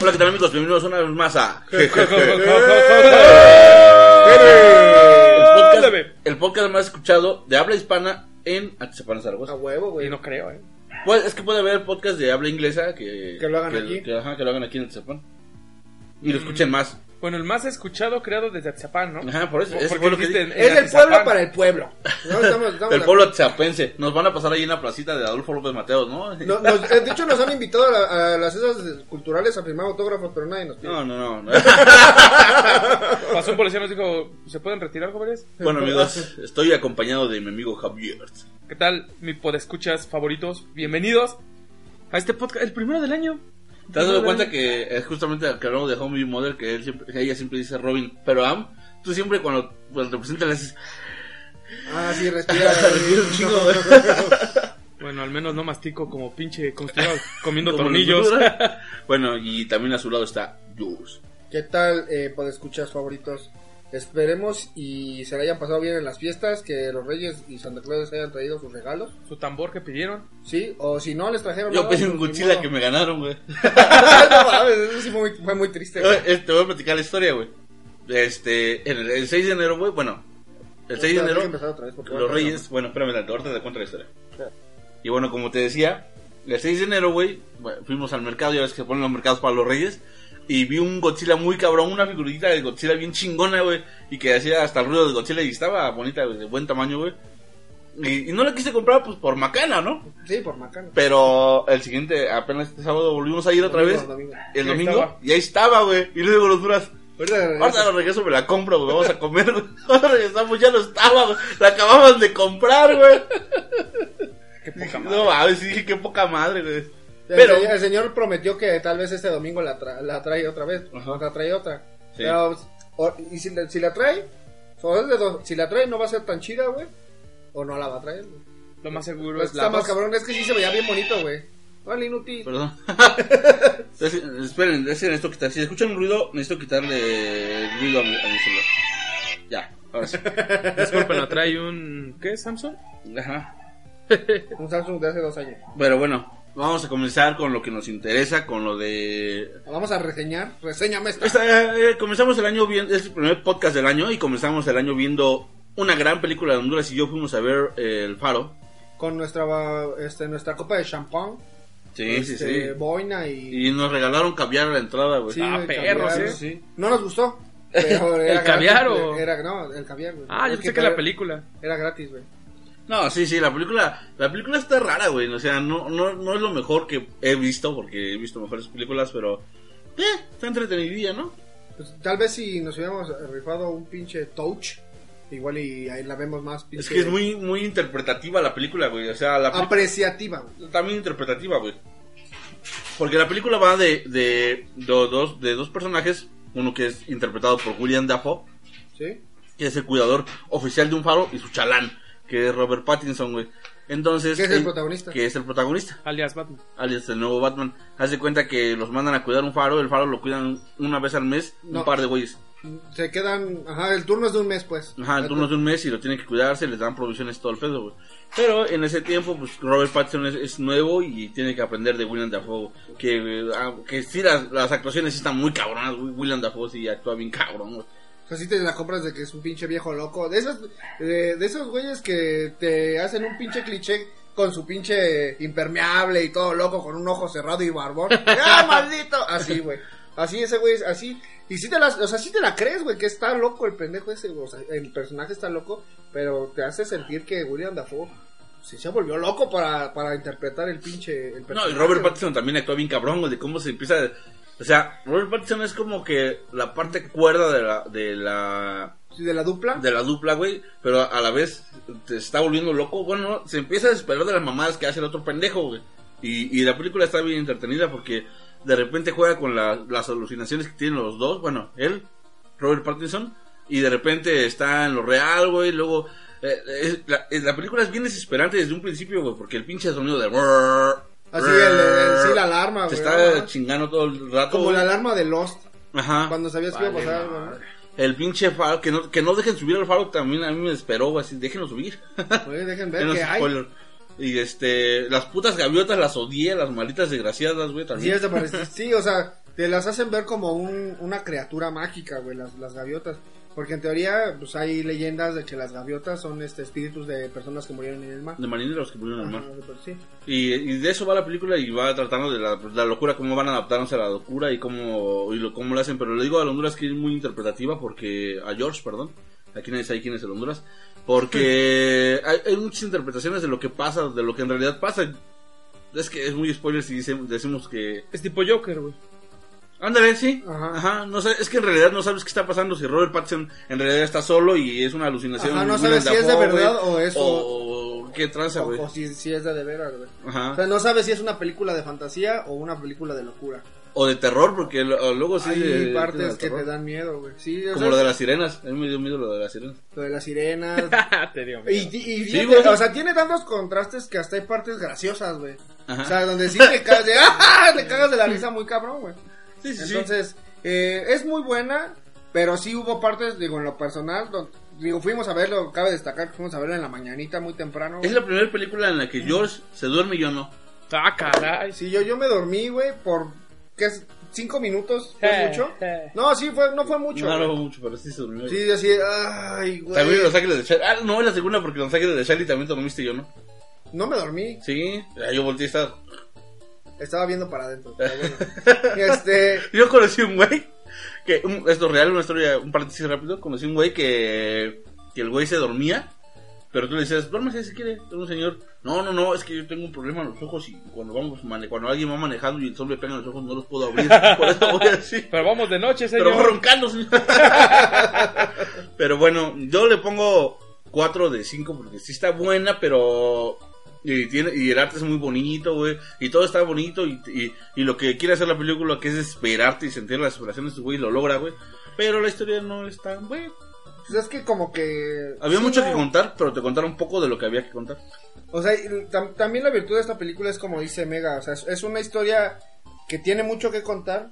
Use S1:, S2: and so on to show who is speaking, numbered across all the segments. S1: Hola, ¿qué tal amigos? Bienvenidos una vez más a... el,
S2: Eh.
S1: podcast,
S3: Ándame.
S1: el podcast más escuchado de habla hispana en Atizapán,
S2: A
S1: Zaragoza.
S2: huevo,
S3: Y
S2: güey.
S3: no creo, ¿eh?
S1: Pues, es que puede haber podcast de habla inglesa que...
S2: Ah, Que lo hagan aquí. Mm.
S1: que- ajá, que lo hagan aquí en Atizapán. Y lo escuchen más.
S3: Bueno, el más escuchado creado desde Atzapán, ¿no?
S1: Ajá, por eso.
S3: Porque
S1: eso fue lo que
S3: dijiste
S1: dije.
S3: en- en
S2: Es del
S3: Atizapán.
S2: pueblo para el pueblo. No, estamos- estamos
S1: Del
S2: de
S1: pueblo
S2: acuerdo.
S1: atzapense. Nos van a pasar ahí en la placita de Adolfo López Mateos, ¿no?
S2: No, nos- eh, de hecho, nos han invitado a, la- a las esas culturales a firmar autógrafos, pero nadie nos pide.
S1: No, no, no.
S3: Pasó un policía y nos dijo, ¿se pueden retirar, jóvenes?
S1: bueno, amigos, estoy acompañado de mi amigo Javier.
S3: ¿Qué tal, mi podescuchas favoritos? Bienvenidos a este podcast, el primero del año.
S1: ¿Te has dado
S3: Primero
S1: cuenta
S3: del año.
S1: que es justamente que hablamos de Homie Mother, que él siempre- que ella siempre dice Robin, pero Am, tú siempre cuando, cuando te presentas le haces...
S2: Ah, sí, respira.
S1: Respira un chingo, güey.
S3: Bueno, al menos no mastico como pinche construido comiendo
S1: como
S3: tornillos.
S1: nosotros. bueno, y también a su lado está Jules.
S2: ¿Qué tal, eh, podescuchas favoritos? Esperemos y se la hayan pasado bien en las fiestas, que los reyes y Santa Claus les hayan traído sus regalos,
S3: Su tambor que pidieron.
S2: ¿sí? O si no, les trajeron
S1: Yo
S2: nada,
S1: pedí
S2: pues,
S1: un
S2: ni
S1: Godzilla
S2: modo.
S1: que me ganaron, güey.
S2: no, mames, eso sí fue muy, fue muy triste, güey.
S1: Eh, Te voy a platicar la historia, güey. Este, el, el 6 de enero, güey, bueno, el 6 de
S2: Espera,
S1: enero...
S2: deja empezar otra vez, porque
S1: Los
S2: ahora-
S1: Reyes, bueno, espérame, ahorita te cuento la historia. Y bueno, como te decía, el 6 de enero, güey, bueno, fuimos al mercado, ya ves que se ponen los mercados para los Reyes. Y vi un Godzilla muy cabrón, una figurita de Godzilla bien chingona, güey. Y que hacía hasta el ruido de Godzilla y estaba bonita, güey, de buen tamaño, güey. Y, y no la quise comprar, pues por macana, ¿no?
S2: Sí, por Macano.
S1: Pero el siguiente, apenas este sábado volvimos a ir otra
S2: Domingo,
S1: vez.
S2: domingo.
S1: El
S3: Ahí
S1: domingo,
S3: estaba.
S1: y ahí estaba, güey. Y luego los duras.
S2: Ahorita-
S1: Ahorita lo regreso, me la compro, güey. Vamos a comer, güey. Ahora regresamos, ya no estaba, güey. La acabamos de comprar, güey.
S3: Qué poca madre.
S1: No mames, sí, dije, qué poca madre, güey.
S2: El
S1: Pero-
S2: se- el señor prometió que tal vez este domingo la, tra- la trae otra vez,
S1: Ajá.
S2: la trae otra.
S1: Sí.
S2: Pero, o- y si, la- si la trae, o es de dos- si la trae no va a ser tan chida, güey, o no la va a traer. güey.
S3: Lo más seguro
S2: Pues
S3: es la
S2: está más
S3: dos.
S2: cabrón, es que sí se veía bien bonito, güey. Vale, inútil.
S1: Perdón. Entonces, esperen, es que necesito quitar. Si escuchan un ruido, necesito quitarle el ruido a mi, a mi celular. Ya, ahora sí.
S3: Disculpen, ¿no trae un... ¿Qué? ¿Samsung?
S1: Ajá.
S2: Un Samsung de hace dos años.
S1: Pero bueno, vamos a comenzar con lo que nos interesa, con lo de
S2: Vamos a reseñar, reseñame esta.
S1: Esta- eh, comenzamos el año viendo, es el primer podcast del año y comenzamos el año viendo una gran película de Honduras y yo fuimos a ver eh, El Faro.
S2: Con nuestra, este, nuestra copa de champán,
S1: Sí,
S2: este, boina y...
S1: Y nos regalaron caviar a la entrada, güey.
S2: Sí,
S3: Ah,
S2: el
S3: perro,
S2: caviar,
S3: sí.
S1: ¿eh?
S2: güey. No nos gustó. pero
S3: ¿El
S2: era
S3: caviar
S2: gratis,
S3: o-
S2: güey. Era, no, el caviar, güey.
S3: Ah, yo
S2: Es
S3: pensé que la
S2: era-
S3: película.
S2: Era gratis, güey.
S1: No, sí, sí, la película, la película está rara, güey. O sea, no, no, no es lo mejor que he visto, porque he visto mejores películas, pero eh, está entretenidilla, ¿no?
S2: Pues, tal vez si nos hubiéramos rifado un pinche touch, igual y ahí la vemos más pinche
S1: Es que es muy, muy interpretativa la película, güey. O sea, la
S2: Ah,
S1: película
S2: apreciativa, güey.
S1: también interpretativa, güey. Porque la película va de, de, de dos, de dos personajes, uno que es interpretado por William Dafoe,
S2: ¿sí?
S1: que es el cuidador oficial de un faro, y su chalán, que es Robert Pattinson, güey. Entonces,
S2: Que es el
S1: él-
S2: protagonista.
S1: Que es el protagonista
S3: Alias Batman.
S1: alias el nuevo Batman, hace cuenta que los mandan a cuidar un faro, el faro lo cuidan una vez al mes, un
S2: No.
S1: par de güeyes.
S2: Se quedan, ajá, el turno es de un mes, pues.
S1: Ajá, el turno es de un mes y lo tienen que cuidarse, les dan provisiones todo el pedo, güey. Pero en ese tiempo, pues Robert Pattinson es, es nuevo y tiene que aprender de William Dafoe. Que, eh, ah, que sí, las, las actuaciones sí están muy cabronas, güey. William Dafoe sí actúa bien cabrón, güey.
S2: O sea, sí te la compras de que es un pinche viejo loco. De esos, de, de esos güeyes que te hacen un pinche cliché con su pinche impermeable y todo loco, con un ojo cerrado y barbón. ¡Ah, maldito! Así, güey. Así ese güey es así. Y sí te las, o sea, sí te la crees, güey, que está loco el pendejo ese, güey. O sea, el personaje está loco, pero te hace sentir que William Dafoe se, se volvió loco para, para interpretar el pinche el
S1: No, y
S2: personaje,
S1: Robert
S2: güey.
S1: Pattinson también actúa bien cabrón, güey, de cómo se empieza... a- O sea, Robert Pattinson es como que la parte cuerda de la... De la
S2: Sí, de la dupla.
S1: de la dupla, güey, pero a la vez te está volviendo loco. Bueno, se empieza a desesperar de las mamadas que hace el otro pendejo, güey. Y, y la película está bien entretenida porque de repente juega con la- las alucinaciones que tienen los dos. Bueno, él, Robert Pattinson, y de repente está en lo real, güey. Luego, eh, es- la, es- la película es bien desesperante desde un principio, güey, porque el pinche sonido de.
S2: Así, el- el- sí, la alarma,
S1: Te
S2: güey,
S1: está
S2: ajá.
S1: chingando todo el rato.
S2: Como la
S1: güey.
S2: alarma de Lost.
S1: Ajá.
S2: Cuando sabías que iba a
S3: Vale,
S2: pasar algo, ¿no?
S3: madre.
S1: El pinche faro, que no, que no dejen subir al faro también a mí me esperó, güey, así, déjenlo subir.
S2: Güey, dejen
S1: Ya
S2: ver
S1: no
S2: que
S1: es
S2: hay.
S1: spoiler. Y este, las putas gaviotas las odié, las malditas desgraciadas, güey,
S2: Sí,
S1: también.
S2: es de parec- sí, o sea, te las hacen ver como un- una criatura mágica, güey, las, las gaviotas. Porque en teoría, pues hay leyendas de que las gaviotas son este espíritus de personas que murieron en el mar.
S1: De marineros que murieron al mar.
S2: Ajá, pues, sí.
S1: Y, y de eso va la película y va tratando de la, pues, la locura, cómo van adaptándose a la locura y cómo, y lo, cómo lo hacen. Pero le digo a Honduras que es muy interpretativa porque, a George, perdón, aquí nadie sabe quién es el Honduras, porque hay, hay muchas interpretaciones de lo que pasa, de lo que en realidad pasa. Es que es muy spoiler si dice- decimos que...
S3: Es tipo Joker, güey.
S1: Ándale, sí.
S2: Ajá.
S1: Ajá. no sé, es que en realidad no sabes qué está pasando si Robert Pattinson en realidad está solo y es una alucinación.
S2: Ajá, no
S1: Willem
S2: sabes si es de
S1: Dafoe, güey,
S2: verdad o es o,
S1: O, qué tranza, güey.
S2: o si, si es de de veras, güey.
S1: Ajá.
S2: O sea, no sabes si es una película de fantasía o una película de locura.
S1: O de terror, porque lo- luego sí.
S2: Hay
S1: eh, tiene
S2: partes que
S1: terror.
S2: te dan miedo, güey. Sí, o
S1: Como
S2: sea,
S1: lo de las sirenas. A mí me dio miedo lo de las sirenas.
S2: lo de las sirenas.
S3: Te dio
S2: y,
S3: miedo.
S2: y- y
S1: pues, Sí,
S2: fíjate,
S1: güey.
S2: o sea, tiene tantos contrastes que hasta hay partes graciosas, güey.
S1: Ajá.
S2: O sea, donde sí te cagas de, ¡ah! te cagas de la risa muy cabrón, güey.
S1: sí, sí, sí.
S2: Entonces, eh, es muy buena, pero sí hubo partes, digo, en lo personal, don- digo, fuimos a verlo, cabe destacar que fuimos a verlo en la mañanita muy temprano.
S1: Es la primera película en la que George se duerme y yo no.
S3: Ah, caray.
S2: Sí, yo, yo me dormí, güey, por, ¿qué es? ¿Cinco minutos? ¿Fue
S3: Eh,
S2: mucho?
S3: eh.
S2: No, sí, fue, no fue mucho.
S1: no, no
S2: güey.
S1: fue mucho, pero sí se durmió.
S2: Sí, así, ay, güey.
S1: También los ángeles de Charlie. Ah, no, es la segunda porque los ángeles de Charlie también te dormiste y yo no.
S2: No me dormí,
S1: Sí, Ah, yo volteé y estaba.
S2: estaba viendo para adentro. pero bueno. este,
S1: Yo conocí un güey. Que, un- esto es real, una historia, un paréntesis rápido. Conocí un güey que. Que el güey se dormía. Pero tú le decías, duérmase si quiere. Era un señor. No, no, no, es que yo tengo un problema en los ojos y cuando vamos mane- cuando alguien va manejando y el sol me pega en los ojos no los puedo abrir. Por eso voy así.
S3: Pero vamos de noche, señor.
S1: Pero roncando, señor. pero bueno, yo le pongo 4 de 5 porque sí está buena, pero. Y, tiene, y el arte es muy bonito, güey. Y todo está bonito. Y, y, y lo que quiere hacer la película, que es esperarte y sentir las exploraciones, güey, lo logra, güey. Pero la historia no es tan buena.
S2: pues es que como que...
S1: Había
S2: sí,
S1: mucho
S2: no.
S1: que contar, pero te contaron un poco de lo que había que contar.
S2: O sea, y tam- también la virtud de esta película es como dice Mega, o sea, es- es una historia que tiene mucho que contar.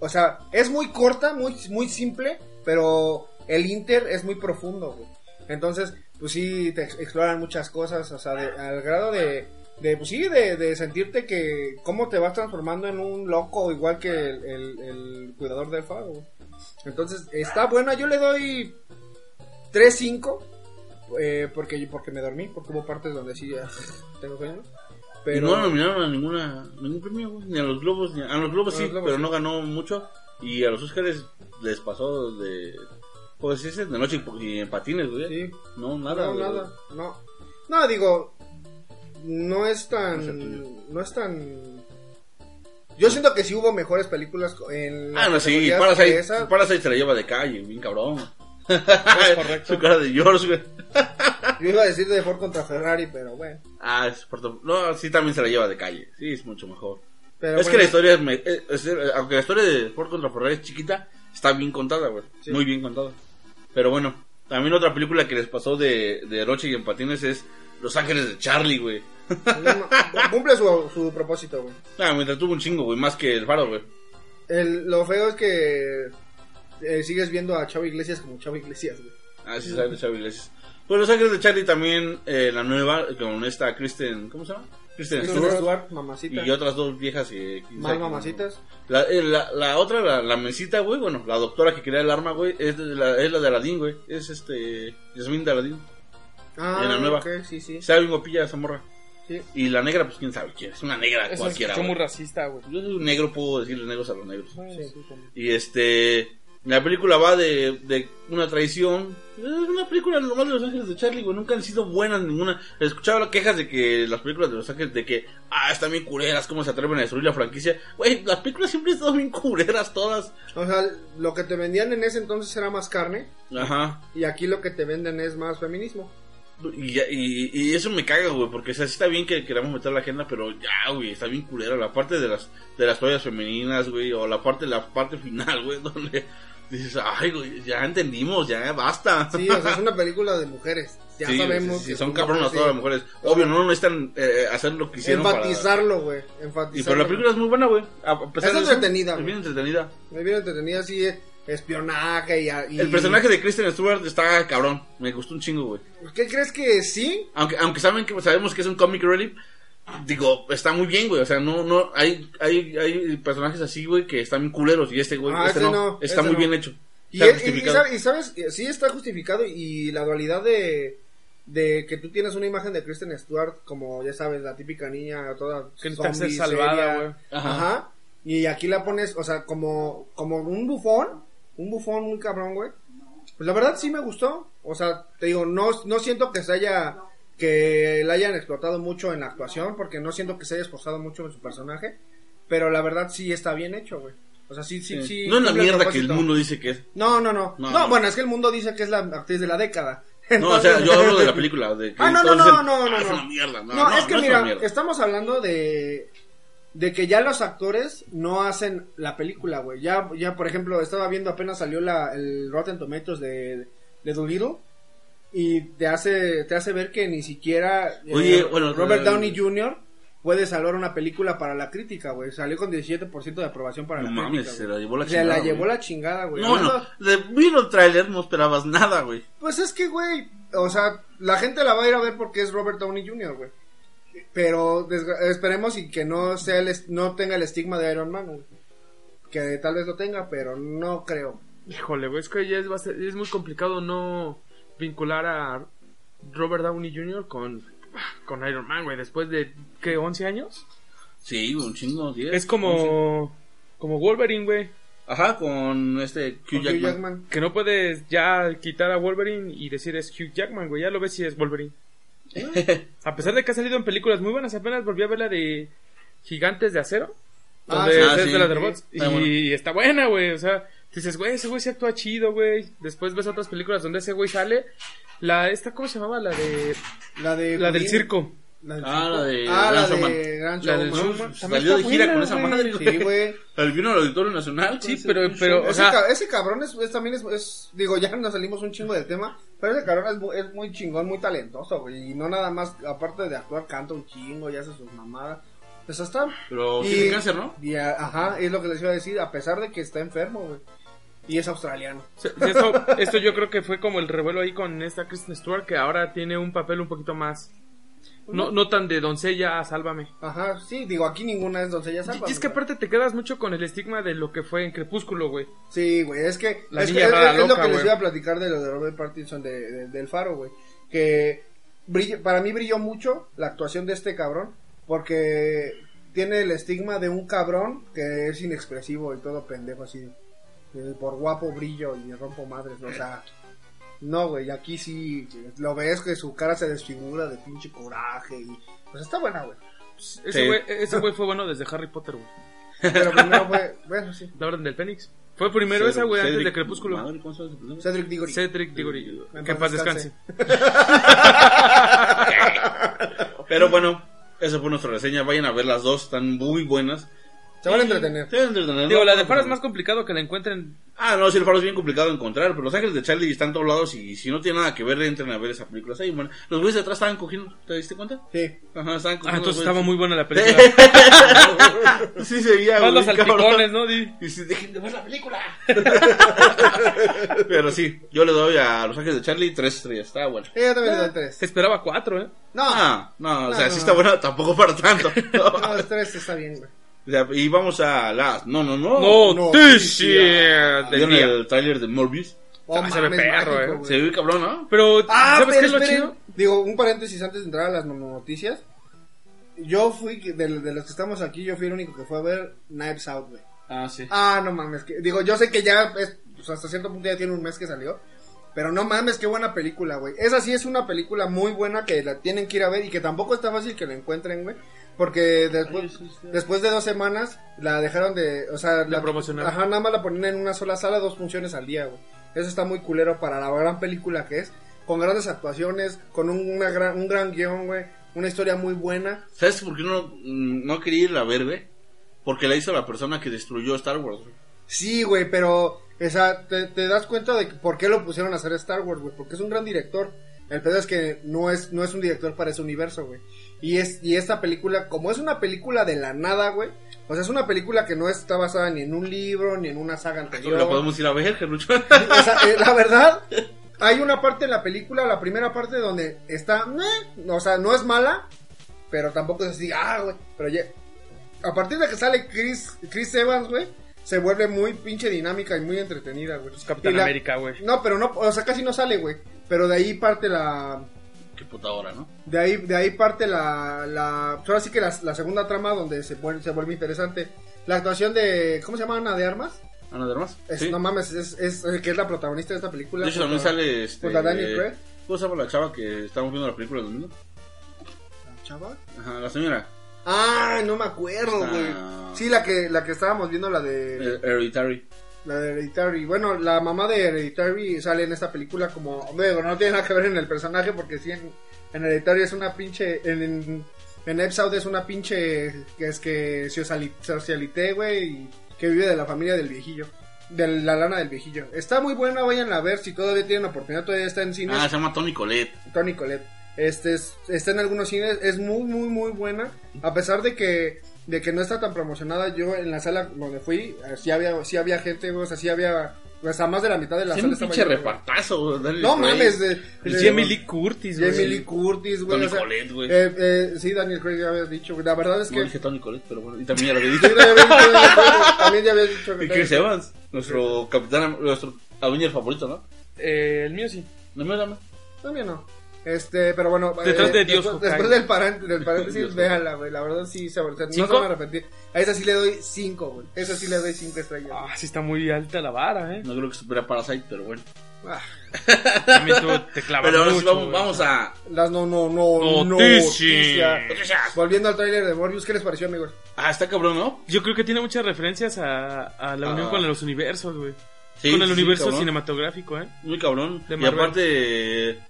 S2: O sea, es muy corta, muy, muy simple, pero el Inter es muy profundo, güey. Entonces, pues sí, te ex- exploran muchas cosas, o sea, de- al grado de, de pues sí, de, de sentirte que cómo te vas transformando en un loco igual que el, el- el cuidador del faro, güey. Entonces, está buena, yo le doy 3-5. eh, porque, porque me dormí, porque hubo partes donde sí ya tengo sueño.
S1: Y
S2: Pero
S1: no nominaron a ninguna, ningún premio, güey, Ni a los Globos, ni a, a los Globos
S2: A
S1: sí,
S2: los Globos,
S1: pero
S2: sí.
S1: no ganó mucho. Y a los Óscares les pasó de. Pues sí, de noche y- y en patines, güey.
S2: sí.
S1: No, nada.
S2: no,
S1: güey.
S2: nada, no. No, digo,
S1: No
S2: no es
S1: es
S2: tan, no es tan. Yo siento que sí hubo mejores películas co- en.
S1: Ah, no,
S2: las
S1: sí,
S2: categorías que
S1: Parasite,
S2: esa.
S1: Parasite se la lleva de calle, bien cabrón.
S3: Es correcto.
S1: Su cara de George, güey.
S2: Yo iba a decir de Ford contra Ferrari, pero bueno.
S1: Ah, es por tu- No, sí, también se la lleva de calle. Sí, es mucho mejor.
S2: Pero
S1: es
S2: bueno,
S1: que la historia es, me- eh, es- eh, Aunque la historia de Ford contra Ferrari es chiquita, está bien contada, güey.
S2: Sí.
S1: Muy bien contada. Pero bueno, también otra película que les pasó de, de Roche y en patines es Los Ángeles de Charlie, güey.
S2: no, no, cumple su, su propósito, güey.
S1: Ah, me entretuvo un chingo, güey, más que el faro, güey.
S2: El- Lo feo es que eh, sigues viendo a Chavo Iglesias como Chavo Iglesias, güey.
S1: Ah, sí, sale Chavo Iglesias. Pues Los Ángeles de Charlie también, eh, la nueva, con esta Kristen, ¿cómo se llama? Kristen
S2: Kristen
S1: Stewart.
S2: Stewart, mamacita.
S1: Y otras dos viejas que... que-
S2: Más
S1: que-
S2: mamacitas.
S1: La, eh, la, la otra, la, la mesita, güey, bueno, la doctora que crea el arma, güey, es de la, es la de Aladín, güey. Es este... Yasmín de Aladín.
S2: Ah,
S1: en la nueva.
S2: ok, sí, sí.
S1: Sabe bien guapilla esa morra.
S2: Sí.
S1: Y la negra, pues quién sabe quién. Es una negra
S3: Eso
S1: cualquiera,
S3: es muy
S1: güey.
S3: racista, güey.
S1: Yo soy un negro, puedo decirle negros a los negros.
S3: Sí.
S1: Y este... La película va de, de una traición. Es una película nomás de Los Ángeles de Charlie, güey. Nunca han sido buenas ninguna. Escuchaba quejas de que las películas de Los Ángeles, de que, ah, están bien cureras, cómo se atreven a destruir la franquicia. Güey, las películas siempre han estado bien cureras todas.
S2: O sea, lo que te vendían en ese entonces era más carne.
S1: Ajá.
S2: Y aquí lo que te venden es más feminismo.
S1: Y, ya- y- y eso me caga, güey, porque o sea, sí está bien que queramos meter la agenda, pero ya, güey, está bien culera la parte de las de las toallas femeninas, güey, o la parte la parte final, güey, donde dices, ay, güey, ya entendimos, ya basta.
S2: Sí, o sea, es una película de mujeres. Ya
S1: Sí,
S2: sabemos.
S1: sí, sí,
S2: que
S1: son
S2: son
S1: cabronas
S2: sí.
S1: todas las mujeres. Obvio, no necesitan eh, hacer lo que hicieron para-
S2: Enfatizarlo, güey.
S1: Y,
S2: Enfatizarlo.
S1: pero la película es muy buena, güey. a- a pesar
S2: Es
S1: de eso,
S2: entretenida,
S1: Es
S2: güey.
S1: bien entretenida.
S2: Me vieron entretenida así eh, espionaje y, a- y-
S1: El personaje de Kristen Stewart está cabrón. Me gustó un chingo, güey.
S2: ¿Qué crees que sí?
S1: Aunque, aunque saben que, sabemos que es un comic relief, digo, está muy bien, güey. O sea, no, no, hay, hay, hay personajes así, güey, que están bien culeros. Y este, güey,
S2: Ah,
S1: este
S2: ese
S1: no,
S2: no,
S1: está
S2: ese
S1: muy
S2: no.
S1: bien hecho.
S2: Y,
S1: Está
S2: es- y- y
S1: justificado.
S2: sabe- y sabes, sí está justificado y la dualidad de, de que tú tienes una imagen de Kristen Stewart como ya sabes, la típica niña toda
S3: Que necesita ser
S2: zombie,
S3: salvada,
S2: seria.
S3: güey.
S1: Ajá.
S2: Ajá. Y aquí la pones, o sea, como como un bufón, un bufón muy cabrón, güey. Pues la verdad sí me gustó, o sea, te digo, no no siento que se haya que la hayan explotado mucho en la actuación porque no siento que se haya esforzado mucho en su personaje, pero la verdad sí está bien hecho, güey. O sea, sí, sí, sí.
S1: no es la
S2: cumple el
S1: mierda que el
S2: propósito.
S1: mundo dice que es.
S2: No, no, no.
S1: No,
S2: No,
S1: no.
S2: bueno, es que el mundo dice que es la actriz de la década.
S1: No, o sea,
S2: Entonces-
S1: yo hablo de la película. De que
S2: Ah, no, no,
S1: todos
S2: no,
S1: dicen,
S2: no, no,
S1: "Ah, Es
S2: no".
S1: una mierda. No,
S2: No, es que
S1: no una
S2: mira,
S1: mierda.
S2: estamos hablando de de que ya los actores no hacen la película, güey. Ya, ya, por ejemplo, estaba viendo apenas salió la, el Rotten Tomatoes de, de Doolittle y te hace, te hace ver que ni siquiera eh,
S1: Oye, bueno,
S2: Robert
S1: eh,
S2: Downey Jr. puede salvar una película para la crítica, güey. Salió con 17% de aprobación para
S1: No
S2: la
S1: mames,
S2: crítica.
S1: se
S2: güey.
S1: la llevó la
S2: Se
S1: chingada.
S2: la llevó
S1: güey.
S2: la chingada, güey.
S1: No,
S2: Hablando-
S1: no, de vi los trailers no esperabas nada, güey.
S2: Pues es que, güey, o sea, la gente la va a ir a ver porque es Robert Downey Jr., güey. Pero desgra- esperemos y que no sea el est- no tenga el estigma de Iron Man, güey. Que tal vez lo tenga, pero no creo.
S3: Híjole, güey, es que ya es, va a ser- es muy complicado no vincular a Robert Downey Jr. con, con Iron Man, güey, después de, ¿qué? ¿11 años?
S1: Sí, güey, un chingo, 10.
S3: Es como, como Wolverine, güey,
S1: Ajá, con este Hugh
S2: Con Hugh
S1: Jackman.
S2: Jackman.
S3: que no puedes ya quitar a Wolverine y decir es Hugh Jackman, güey, ya lo ves si es Wolverine. A pesar de que ha salido en películas muy buenas, apenas volví a ver la de Gigantes de Acero,
S2: Ah,
S3: donde
S2: sí.
S3: es
S1: Ah,
S3: de
S1: sí.
S3: las de robots,
S1: Sí.
S3: y
S1: Está bueno.
S3: está buena, güey, o sea, dices, güey, ese güey se actúa chido, güey, después ves otras películas donde ese güey sale, la, esta, ¿cómo se llamaba? La de...
S2: La de
S3: La del circo.
S2: La del
S1: Ah,
S2: circo.
S1: la de
S2: Ah, la
S1: Gran Showman.
S2: de Gran
S3: La del
S2: Showman.
S3: Showman. También
S1: Salió de
S3: está
S1: gira
S3: buena,
S1: con esa
S3: güey.
S1: madre, güey.
S2: Sí, güey.
S1: Al vino al Auditorio Nacional.
S3: Sí,
S1: güey,
S3: pero,
S1: ese-
S3: pero, o
S2: Ese,
S3: sea,
S2: ca- ese cabrón es, es también es, es- digo, ya nos salimos un chingo del tema, pero ese cabrón es, mu- es muy chingón, muy talentoso, güey, y no nada más, aparte de actuar, canta un chingo y hace sus mamadas, pues hasta,
S1: Pero
S2: Y-
S1: tiene cáncer, ¿no?
S2: y a- ajá, es lo que les iba a decir, a pesar de que está enfermo, güey, y es australiano.
S3: se- se- eso- esto yo creo que fue como el revuelo ahí con esta Kristen Stewart que ahora tiene un papel un poquito más, no, no tan de doncella, a sálvame.
S2: Ajá, sí, digo, aquí ninguna es doncella
S3: Y-
S2: salva.
S3: Y es que aparte te quedas mucho con el estigma de lo que fue en Crepúsculo, güey.
S2: Sí, güey, es que,
S3: La
S2: es,
S3: niña
S2: que- es-
S3: rara
S2: es lo
S3: loca,
S2: que les
S3: güey.
S2: iba a platicar de lo de Robert Pattinson de- de- del Faro, güey. Que brilla- para mí brilló mucho la actuación de este cabrón, porque tiene el estigma de un cabrón que es inexpresivo y todo pendejo así. eh, por guapo brillo y rompo madres, ¿no? o sea. No, güey, aquí sí lo ves que su cara se desfigura de pinche coraje y. Pues está buena, güey.
S1: Sí.
S3: Pues, Ese güey ese güey fue bueno desde Harry Potter, güey.
S2: Pero primero fue. Bueno, sí.
S3: La Orden del Fénix. Fue primero esa, güey, antes de
S1: Cedric-
S3: Crepúsculo.
S1: Madre, ¿cómo se llama ese personaje?
S2: Cedric Diggory.
S3: Cedric Diggory.
S2: En
S3: Que en paz
S2: paz
S3: descanse.
S1: Pero bueno, esa fue nuestra reseña. Vayan a ver las dos, están muy buenas.
S2: Se van a
S1: Y-
S2: entretener.
S1: Se van a entretener.
S3: Digo,
S1: ¿no?
S3: la de Faro es más complicado que la encuentren.
S1: Ah, no, si el faro es bien complicado de encontrar, pero los ángeles de Charlie están todos lados y si no tiene nada que ver, entren a ver esa película. Sí, bueno, los güeyes de atrás estaban cogiendo, ¿te diste cuenta?
S2: Sí.
S1: Ajá, estaban cogiendo.
S3: Ah, entonces
S1: los
S3: estaba
S1: güeyes.
S3: muy buena la película.
S1: Sí, se veía, güey,
S3: Más los
S1: cabrón.
S3: salpicones, ¿no? Di.
S1: Y si dejen de ver la película. pero sí, yo le doy a los ángeles de Charlie tres estrellas, está bueno.
S2: Ella también le da tres.
S3: Se esperaba cuatro, ¿eh?
S2: No,
S1: Ah, no, o sea,
S2: No,
S1: sí
S2: no.
S1: está bueno, tampoco para tanto.
S2: No, el 3 está bien, güey.
S3: Ah,
S1: O sea, y vamos a las. No, no, no.
S3: Noticias del
S1: ¿Vieron
S3: día.
S1: el tráiler de Morbius?
S2: Oh,
S3: Ah, se ve
S2: mames,
S3: perro,
S2: mágico,
S3: eh.
S2: güey.
S1: Se ve cabrón, ¿no?
S3: Pero,
S2: Ah,
S3: ¿sabes
S2: pero
S3: qué es lo
S2: esperen.
S3: chido?
S2: Digo, un paréntesis antes de entrar a las noticias. Yo fui, de, de los que estamos aquí, yo fui el único que fue a ver Knives Out, güey.
S1: Ah, sí.
S2: Ah, no mames. que- digo, yo sé que ya, es, pues, hasta cierto punto ya tiene un mes que salió. Pero no mames, qué buena película, güey. Esa sí es una película muy buena que la tienen que ir a ver y que tampoco está fácil que la encuentren, güey. Porque después, después de dos semanas la dejaron de. O sea, la
S3: promocionar.
S2: Ajá, nada más la ponían en una sola sala, dos funciones al día, güey. Eso está muy culero para la gran película que es. Con grandes actuaciones, con un, una gran, un gran guión, güey. Una historia muy buena.
S1: ¿Sabes por qué no, mm, no quería ir a ver, güey? Porque la hizo la persona que destruyó Star Wars. güey.
S2: Sí, güey, pero o sea, te, te das cuenta de que- por qué lo pusieron a hacer Star Wars, güey, porque es un gran director. El pedo es que no es no es un director para ese universo, güey. Y es y esta película, como es una película de la nada, güey, o sea, es una película que no está basada ni en un libro ni en una saga anterior.
S1: La podemos ir a ver, Gerrucho.
S2: O sea, eh, la verdad, hay una parte en la película, la primera parte donde está, meh, o sea, no es mala, Pero tampoco es así, ah, güey. Pero ya. A partir de que sale Chris, Chris Evans, güey, se vuelve muy pinche dinámica y muy entretenida, güey.
S1: Pues
S3: Es Pues Capitán
S2: Y la-
S3: América, güey.
S2: No, pero no, o sea, casi no sale, güey. Pero de ahí parte la.
S1: Qué puta hora, ¿no?
S2: De ahí, de ahí parte la, la pues ahora sí que la, la segunda trama donde se vuelve, se vuelve interesante. La actuación de, ¿cómo se llama Ana de Armas?
S1: Ana de Armas.
S2: Es-
S1: sí.
S2: No mames, es, es, es- que es la protagonista de esta película.
S1: de hecho, también
S2: Junto a-
S1: sale. Este,
S2: junto a Daniel Craig.
S1: ¿Cómo se llama la chava que estamos viendo la película del domingo?
S2: ¿La chava?
S1: Ajá, la señora.
S2: Ah, no me acuerdo,
S1: Esta-
S2: güey. Sí, la que, la que estábamos viendo, la de,
S1: Eh, Hereditary.
S2: la de Hereditary. Bueno, la mamá de Hereditary sale en esta película como, bueno, no tiene nada que ver en el personaje porque sí, en, en Hereditary es una pinche, en, en, en Episode es una pinche que es que sociali- socialité, güey, y que vive de la familia del viejillo. De la lana del viejillo. Está muy buena, vayan a ver si todavía tienen oportunidad, todavía está en cine.
S1: Ah, se llama Tony Colette.
S2: Tony Colette. Este es- está en algunos cines, es muy, muy, muy buena. A pesar de que, de que no está tan promocionada, yo en la sala donde fui, eh, sí había, sí había gente, güey, o sea, sí había, o sea, más de la mitad de la
S1: Es
S2: sala.
S1: un
S2: estaba
S1: pinche
S2: llena, güey.
S1: repartazo. Daniel
S2: No
S1: Craig,
S2: mames, de,
S3: Y
S2: de-
S3: Jamie Lee Curtis, güey.
S2: Jamie Lee Curtis, güey.
S1: Tony
S2: o sea,
S1: Colette, güey.
S2: eh, eh, sí, Daniel Craig ya habías dicho, güey. La verdad es que.
S1: No dije Tony Colette, pero bueno, y también ya lo había
S2: Sí,
S1: dicho.
S2: ya habías dicho, Daniel Craig, También ya habías dicho.
S1: y Chris Evans, nuestro capitán, nuestro Avenger favorito, ¿no?
S3: Eh, el mío sí.
S1: No me llama.
S2: También no. Este, pero bueno,
S3: Detrás de Dios,
S2: después,
S3: Hokage.
S2: después del paréntesis, del paréntesis,
S1: Dios,
S2: véanla, güey. La verdad sí se o sea, No se
S3: ¿Cinco?
S2: van a arrepentir. A esa sí le doy 5, güey. Esa sí le doy 5 estrellas.
S3: Ah, sí está muy alta la vara, eh.
S1: No creo que supera Parasite, pero bueno.
S2: Ah,
S3: También tú te clavas
S1: Pero ahora sí
S3: mucho,
S1: vamos,
S3: güey.
S1: vamos a.
S2: las no, no, no,
S3: Noticias.
S2: noticia. Volviendo al tráiler de Morbius, ¿qué les pareció, amigos?
S1: Ah, está cabrón, ¿no?
S3: Yo creo que tiene muchas referencias a, a la unión
S1: Ah.
S3: con los universos, güey.
S1: Sí,
S3: con el
S1: sí,
S3: universo
S1: cabrón.
S3: cinematográfico, eh.
S1: Muy cabrón.
S3: De
S1: y
S3: Marvel.
S1: aparte eh,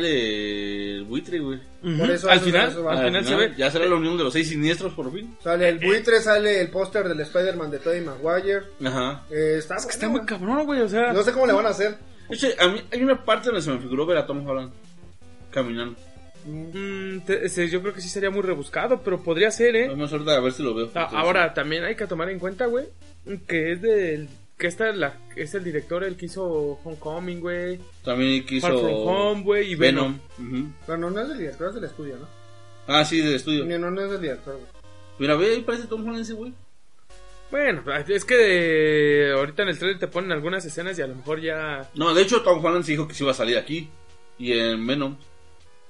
S1: sale el buitre, güey.
S3: Ujú.
S2: eso-
S3: al
S2: eso-
S3: final,
S2: eso va.
S3: al
S1: Ah,
S3: final se ve.
S1: Ya será la unión de los seis siniestros por fin.
S2: Sale
S3: Eh,
S2: el buitre, sale el póster del Spider-Man de Tobey Maguire.
S1: Ajá.
S2: Eh, está,
S3: Es que está
S2: bueno,
S3: muy cabrón, güey. O sea,
S2: güey. No sé cómo le van a hacer.
S1: Oye, a mí hay una parte donde se me figuró ver a Tom Holland caminando.
S3: mm, te- ese, yo creo que sí sería muy rebuscado, pero podría ser, eh.
S1: Vamos ahorita a ver si lo veo.
S3: Ah, ahora, también hay que tomar en cuenta, güey, que es del. Que esta es la, es el director el que hizo Homecoming, güey.
S1: También
S3: Far From
S1: quiso.
S3: Home, güey, y Venom.
S1: Venom. Ujú.
S2: Bueno, no es del director, es del estudio, ¿no?
S1: Ah, sí, del estudio.
S2: No, no es del director, güey.
S1: Mira, ve, ahí parece Tom Holland ese güey.
S3: Bueno, ah, es que eh, ahorita en el trailer te ponen algunas escenas y a lo mejor ya.
S1: No, de hecho, Tom Holland se dijo que sí iba a salir aquí. Y en Venom.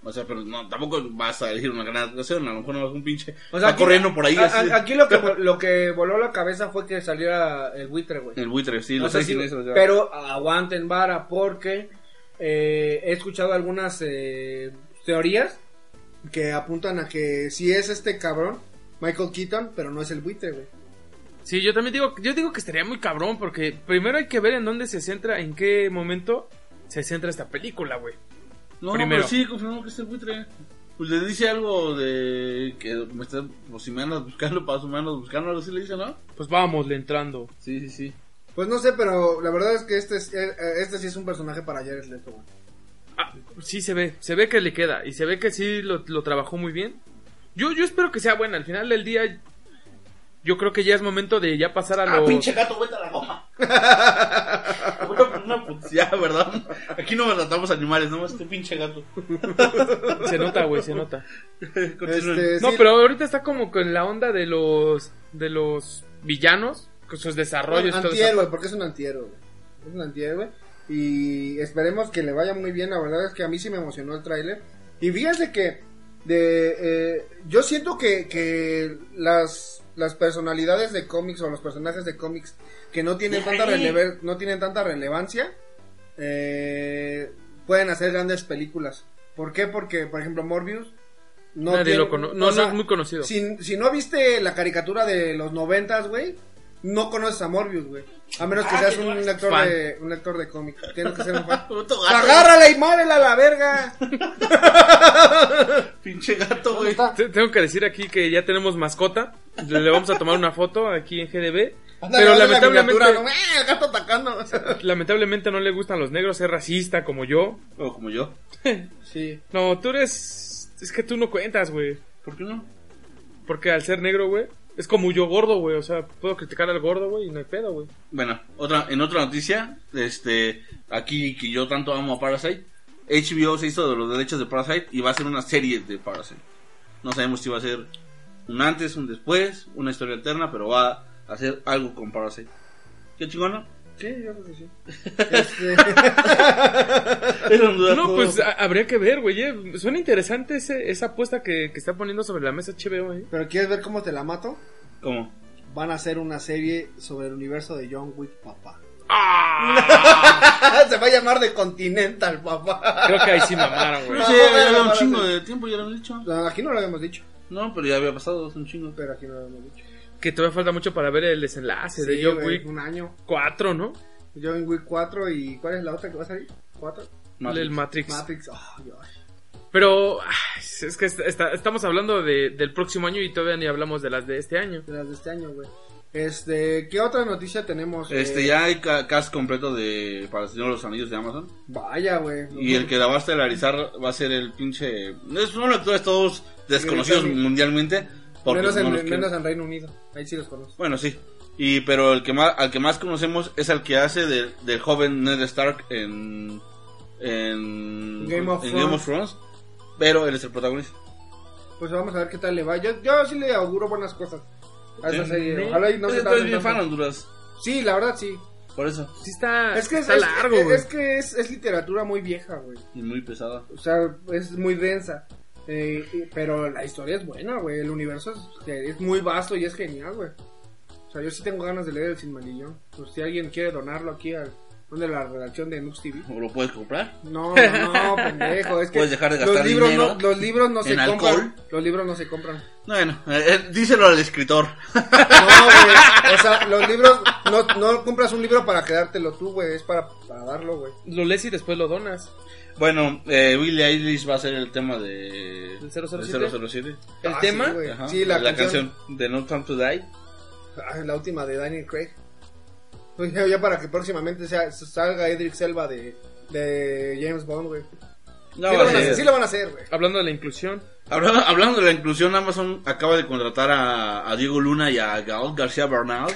S1: O sea, pero no, tampoco vas a elegir una gran actuación. A lo mejor no vas un pinche. está
S2: aquí-
S1: corriendo por ahí.
S2: a-
S1: así,
S2: a- aquí lo que, lo que voló la cabeza fue que saliera el buitre, güey.
S3: Mm.
S1: El buitre, sí,
S2: O
S1: los
S2: sea,
S1: seis
S2: sí,
S1: siniestros. ya.
S2: pero aguanten vara porque eh, he escuchado algunas eh, teorías que apuntan a que si es este cabrón, Michael Keaton, pero no es el buitre, güey.
S3: Sí, yo también digo, yo digo que estaría muy cabrón porque primero hay que ver en dónde se centra, en qué momento se centra esta película, güey.
S1: No,
S3: Primero.
S1: pero sí, confirmamos que es el buitre. Pues le dice algo de que me está, pues si me andas buscando, para si me andas buscando, algo así le dice, ¿no?
S3: Pues vamos, le entrando.
S1: Sí, sí, sí.
S2: Pues no sé, pero la verdad es que este, es- eh, eh, este sí es un personaje para Jared Leto, güey.
S3: Ah, sí se ve, se ve que le queda y se ve que sí lo, lo trabajó muy bien. Yo, yo espero que sea buena, al final del día yo creo que ya es momento de ya pasar
S2: Ah,
S3: a lo...
S1: gato, vuelta la goma. una, una puteada, ¿verdad? Aquí no maltratamos animales, nomás este pinche gato.
S3: Se nota, güey, se nota.
S1: Continúen.
S2: Este,
S3: No,
S2: sí,
S3: pero ahorita está como con la onda de los, de los villanos, con sus desarrollos. y todo eso.
S2: Antihéroe, porque es un antihéroe, güey. Es un antihéroe. Y esperemos que le vaya muy bien. La verdad es que a mí sí me emocionó el tráiler. Y fíjense que de, eh, yo siento que, que las, las personalidades de cómics o los personajes de cómics que no tienen, tanta, relever- no tienen tanta relevancia eh, pueden hacer grandes películas. ¿Por qué? Porque, por ejemplo, Morbius... No,
S3: Nadie
S2: tiene-
S3: lo cono- no,
S2: o
S3: no
S2: sea,
S3: es muy conocido.
S2: si, si no viste la caricatura de los noventas, güey, no conoces a Morbius, güey. A menos Ah, que seas un actor
S3: fan.
S2: de, un actor de cómic. Tienes que ser un fan.
S1: Puto gato,
S2: Agárrala y márela a la verga.
S1: pinche gato, güey.
S3: Te- Tengo que decir aquí que ya tenemos mascota. Le le vamos a tomar una foto aquí en GDB.
S2: Ándale,
S3: Pero
S2: dale la
S3: lamentablemente,
S2: miniatura, ¿no? ¡Eh, el gato atacando.
S3: lamentablemente no le gustan los negros, es racista como yo.
S1: O como yo.
S2: sí.
S3: No, tú eres. Es que tú no cuentas, güey.
S1: ¿Por qué no?
S3: Porque al ser negro, güey, es como yo gordo, güey. O sea, puedo criticar al gordo, güey, y no hay pedo, güey.
S1: Bueno, otra, en otra noticia, este, aquí que yo tanto amo a Parasite, HBO se hizo de los derechos de Parasite y va a hacer una serie de Parasite. No sabemos si va a ser un antes, un después, una historia eterna, pero va a ser algo con Parasite. ¿Qué chingona?
S3: Sí, yo creo que sí.
S2: Este,
S1: Eran dudas,
S3: No, pues a- habría que ver, güey. eh. Suena interesante ese- esa apuesta que, que está poniendo sobre la mesa HBO, eh.
S2: Pero ¿quieres ver cómo te la mato?
S1: ¿Cómo?
S2: Van a hacer una serie sobre el universo de John Wick, papá. ¡Ah! Se va a llamar de Continental, papá.
S3: Creo que ahí sí mamaron, güey.
S1: Sí,
S2: No,
S1: ya
S2: bueno,
S1: había un
S2: ahora
S1: chingo
S2: sí.
S1: de tiempo, ya lo han dicho.
S2: No, aquí no lo habíamos dicho.
S1: No, pero ya había pasado hace un chingo.
S2: Pero aquí no lo habíamos dicho.
S3: Que todavía falta mucho para ver el desenlace de
S2: Sí,
S3: John
S2: güey,
S3: Wick
S2: Un año.
S3: 4, ¿no?
S2: John Wick 4 y ¿cuál es la otra que va a salir? ¿4?
S1: Más
S3: El Matrix.
S2: Matrix. Oh, Dios.
S3: Pero ay, es que está- está- estamos hablando de- del próximo año y todavía ni hablamos de las de este año.
S2: De las de este año, güey. Este, ¿qué otra noticia tenemos?
S1: Este,
S2: Eh,
S1: ya hay ca- cast completo de para el Señor de los Anillos de Amazon.
S2: Vaya, güey.
S1: Y el que la va a estelarizar va a ser el pinche. Es uno de los actores todos desconocidos
S2: Británico.
S1: mundialmente. Porque
S2: menos,
S1: no
S2: en,
S1: los quieren.
S2: menos en Reino Unido. Ahí sí los conozco.
S1: Bueno, sí. Y, pero el que más, al que más conocemos es al que hace de- del joven Ned Stark en. En
S2: Game of
S1: en
S2: Thrones.
S1: Game of Thrones. Pero él es el protagonista.
S2: Pues vamos a ver qué tal le va. Yo, yo sí le auguro buenas cosas a esa
S1: Sí.
S2: serie. Ojalá y no
S1: Ese tú eres
S2: se tarden
S1: bien
S2: tanto.
S1: fan Ah, de Honduras.
S2: Sí, la verdad sí.
S1: Por eso.
S3: Sí está,
S2: Es que es,
S3: está
S2: es-
S3: largo,
S2: es-
S3: güey.
S2: es que es, es literatura muy vieja, güey.
S1: Y muy pesada.
S2: O sea, es muy densa. Eh, y- pero la historia es buena, güey. El universo es, que es muy vasto y es genial, güey. O sea, yo sí tengo ganas de leer el Sin Manillón. Pues si alguien quiere donarlo aquí al donde la redacción de Nux TV.
S1: ¿O lo puedes comprar?
S2: No, no, no, pendejo, es que
S1: Puedes dejar de
S2: los
S1: gastar
S2: libros
S1: dinero
S2: no, los libros no se
S1: en alcohol.
S2: compran, los libros no se compran.
S1: Bueno, eh, eh, díselo al escritor.
S2: No, güey. O sea, los libros. No, no compras un libro para quedártelo tú, güey. Es para, para darlo, güey.
S3: Lo lees y después lo donas.
S1: Bueno, eh, Billie Eilish va a ser el tema de...
S3: ¿Del 007?
S1: del 007.
S3: El
S2: Ah, sí,
S3: tema,
S2: güey.
S1: Ajá.
S2: Sí, la
S1: canción.
S2: canción.
S1: de No Time to Die.
S2: Ay, Ah, la última de Daniel Craig. Pues ya, ya para que próximamente sea- salga Edric Selva de, de James Bond, güey.
S1: No, va
S2: sí, lo
S1: a
S2: van a
S1: ser.
S2: hacer, sí lo van a hacer, güey.
S3: hablando de la inclusión,
S1: Hablando, hablando de la inclusión, Amazon acaba de contratar a, a Diego Luna y a Gael García Bernal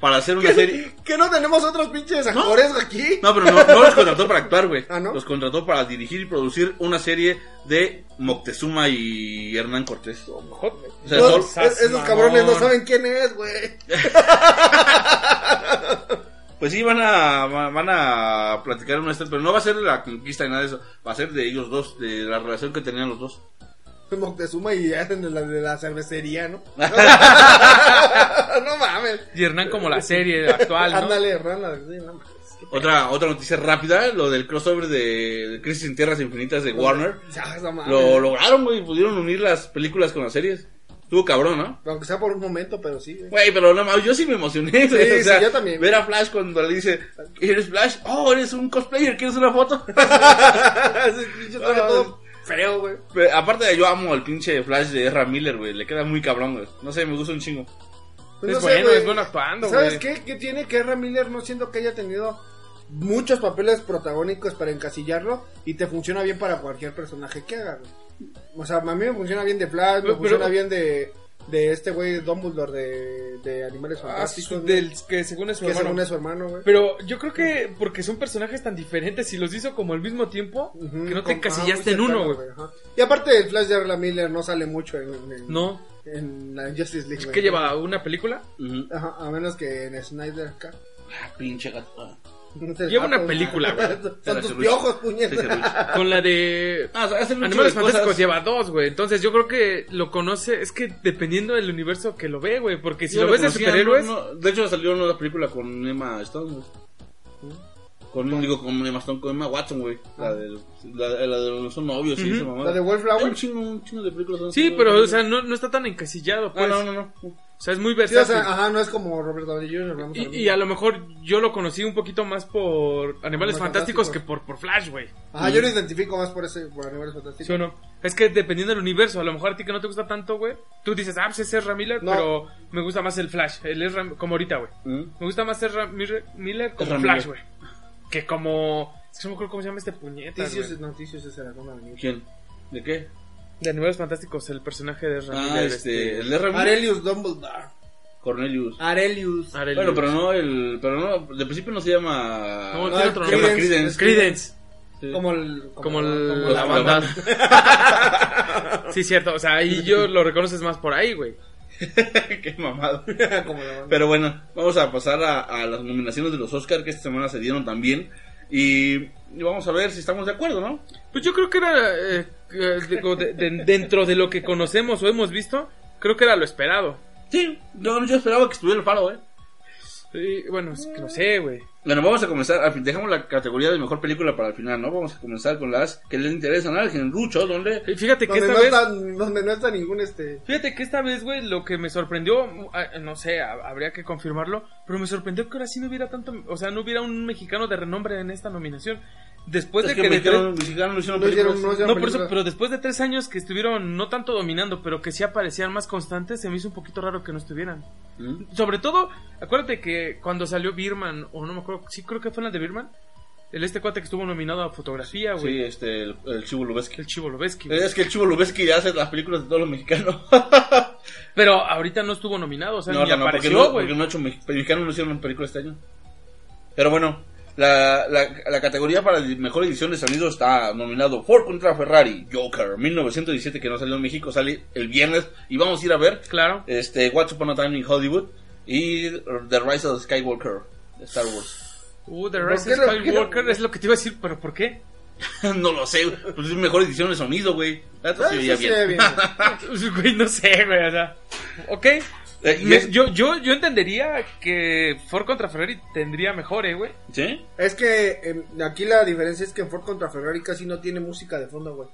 S1: para hacer una serie...
S2: ¿Que no tenemos otros pinches actores aquí?
S1: No, pero no, no los contrató para actuar, güey.
S2: Ah, ¿no?
S1: Los contrató para dirigir y producir una serie de Moctezuma y Hernán Cortés. O
S3: joder,
S1: sea,
S2: No,
S1: sol-
S2: es- esos cabrones no saben quién es, güey.
S1: Pues sí, van a, va- van a platicar una historia, pero no va a ser de la conquista ni nada de eso, va a ser de ellos dos, de la relación que tenían los dos.
S2: Moctezuma y hacen de la, de la cervecería, ¿no? no mames.
S3: y Hernán como la serie actual, ¿no?
S2: Ándale, Hernán, la- sí, no mames.
S1: Otra otra noticia rápida, lo del crossover de, de Crisis en Tierras Infinitas de Warner.
S2: Ya, no mames.
S1: Lo lograron, güey, pudieron unir las películas con las series. Estuvo cabrón, ¿no?
S2: Aunque sea por un momento, pero sí. güey.
S1: Güey, pero no mames, yo sí me emocioné. güey,
S2: Sí,
S1: o
S2: sí,
S1: sea,
S2: yo también.
S1: Ver a Flash cuando le dice, ¿eres Flash? Oh, eres un cosplayer, ¿quieres una foto?
S2: Ese pinche traje
S1: No,
S2: todo feo, güey.
S1: Pero aparte, yo amo al pinche Flash de Ezra Miller, güey, le queda muy cabrón, güey. No sé, me gusta un chingo.
S2: Pues
S3: es
S2: no sé,
S3: bueno,
S2: güey.
S3: es bueno actuando, güey.
S2: ¿Sabes qué? ¿Qué tiene que Ezra Miller no siendo que haya tenido muchos papeles protagónicos para encasillarlo y te funciona bien para cualquier personaje que haga, güey? O sea, a mí me funciona bien de Flash, me
S3: Pero-
S2: funciona
S3: pero-
S2: bien de, de este güey Dumbledore de, de Animales
S3: Ah,
S2: Fantásticos.
S3: su-
S2: güey,
S3: del que según es su
S2: que
S3: hermano.
S2: según es su hermano, güey.
S3: Pero yo creo que porque son personajes tan diferentes y los hizo como al mismo tiempo,
S2: Ujú,
S3: que no
S2: con-
S3: te
S2: ajá,
S3: encasillaste
S2: muy
S3: en uno,
S2: cercano,
S3: güey.
S2: ajá. Y aparte, el Flash de Ezra Miller no sale mucho en, en-
S3: No,
S2: en la Justice League.
S3: ¿qué
S2: güey.
S3: lleva? ¿Una película?
S1: Ujú.
S2: Ajá, a menos que en Snyder acá.
S1: Ah, pinche gato.
S2: No te
S3: Lleva
S2: escapas,
S3: una película, güey.
S1: Te la
S2: Son tus
S1: serrucho.
S2: piojos,
S1: Te
S2: puñetas.
S1: serrucho.
S3: Con la de
S1: Ah, o sea, hacen un
S3: Animales
S1: chingo de cosas.
S3: Fantásticos lleva dos, güey. Entonces yo creo que lo conoce, es que dependiendo del universo que lo ve, güey. Porque si
S1: Yo
S3: lo
S1: la
S3: ves de
S1: conocía,
S3: superhéroes,
S1: no, no. De hecho, salió una película con Emma Stone, güey. Con, digo, con Emma Stone, con Emma Watson, güey. La de, la, la de los son novios, sí,
S3: Ah. Ujú.
S1: esa mamada.
S2: La de
S1: Hay
S2: Wallflower.
S1: un chingo, un chingo de películas. ¿no?
S3: sí, pero o sea, no, no está tan encasillado,
S1: Ah,
S3: pues.
S1: no, no, no.
S3: O sea, es muy
S2: Sí, o
S3: versátil.
S2: sea, ajá, no es como Robert Downey Jr. Ramos
S3: y,
S2: Armando.
S3: y a lo mejor yo lo conocí un poquito más por Animales
S2: Animales
S3: Fantásticos
S2: Fantásticos.
S3: que por, por Flash, güey.
S2: Ajá, yo lo identifico más por ese, por Animales Fantásticos.
S3: ¿Sí o no? Es que dependiendo del universo, a lo mejor a ti que no te gusta tanto, güey. Tú dices, ah, pues es Ezra Miller,
S2: No.
S3: pero me gusta más el Flash. El Ezra, como ahorita, güey.
S1: Ujú.
S3: Me gusta más Ezra Mir- Miller como
S1: Ezra
S3: Flash, güey.
S1: Miller.
S3: Que como... Es que no me acuerdo cómo se llama este puñeta,
S2: Noticias,
S3: güey.
S2: noticias es el alguna avenida.
S1: ¿Quién? ¿De qué?
S3: De Animales Fantásticos, el personaje de Ezra
S1: Ah,
S3: Miller.
S1: este, el de Ramírez.
S2: Arelius Dumbledore.
S1: Cornelius.
S2: Arelius.
S3: Arelius.
S1: Bueno, pero no, el, pero no, de principio no se llama... este,
S3: No,
S2: No,
S3: tiene otro
S2: el
S3: nombre.
S1: Credence,
S3: Credence.
S1: Sí.
S2: Como el.
S3: Como, el-
S2: como
S3: la
S1: la
S3: banda.
S1: banda.
S3: Sí, cierto. O sea, ahí yo lo reconoces más por ahí, güey.
S1: Qué mamado.
S2: Como la banda.
S1: Pero bueno, vamos a pasar a, a las nominaciones de los Oscar que esta semana se dieron también. Y vamos a ver si estamos de acuerdo, ¿no?
S3: Pues yo creo que era. eh, que, digo, de- de- dentro de lo que conocemos o hemos visto, creo que era lo esperado.
S1: Sí, no, yo esperaba que estuviera el faro, ¿eh?
S3: Sí, bueno, es que no sé, güey.
S1: Bueno, vamos a comenzar. al fin- Dejamos la categoría de mejor película para el final, ¿no? Vamos a comenzar con las que le interesan al Genrucho, donde.
S3: Y Fíjate que
S2: Donde
S3: esta
S2: no,
S3: vez.
S2: está, donde no está ningún este.
S3: Fíjate que esta vez, güey, lo que me sorprendió, ah, no sé, ha- habría que confirmarlo, pero me sorprendió que ahora sí no hubiera tanto, o sea, no hubiera un mexicano de renombre en esta nominación. Después
S1: Pues Es que
S3: de que, de
S1: mexicanos- mexicanos no hicieron
S2: No hicieron,
S1: películas.
S2: no
S3: tres-
S2: hicieron
S3: no, por
S2: película.
S3: eso, pero después de tres años que estuvieron no tanto dominando, pero que sí aparecían más constantes, se me hizo un poquito raro que no estuvieran.
S1: ¿Mm?
S3: Sobre todo, acuérdate que cuando salió Birman, o no me acuerdo, sí creo que fue la de Birman, el este cuate que estuvo nominado a fotografía, güey,
S1: Sí, este, el, el Chivo Lubeski.
S3: el Chivo Lubezki. güey.
S1: Es que el Chivo Lubeski ya hace las películas de todos los mexicanos.
S3: Pero ahorita no estuvo nominado, o sea,
S1: no,
S3: ni
S1: no, no, porque,
S3: apareció,
S1: no,
S3: güey.
S1: porque no ha hecho mex- mexicanos no hicieron películas este año. Pero bueno, la, la, la categoría para la mejor edición de sonido está nominado Ford contra Ferrari, Joker, 1917 que no salió en México, sale el viernes y vamos a ir a ver
S3: Claro.
S1: este What's Upon a Time in Hollywood y The Rise of Skywalker de Star Wars.
S3: Uh, The
S2: ¿Por
S3: Rise
S2: qué
S3: of
S2: lo
S3: Skywalker
S2: quiero?
S3: es lo que te iba a decir, pero ¿por qué?
S1: no lo sé, güey, pues es mejor edición de sonido, güey. La neta
S2: Ah,
S1: se
S2: sí,
S1: veía
S2: sí,
S1: bien.
S2: bien.
S3: Pues, Güey, no sé, güey, o sea. Ok.
S1: Ah. Eh, y
S3: Me-
S1: es-
S3: yo, yo, yo entendería que Ford contra Ferrari tendría mejor, eh, güey.
S1: ¿Sí?
S2: Es que em, aquí la diferencia es que en Ford contra Ferrari casi no tiene música de fondo, güey.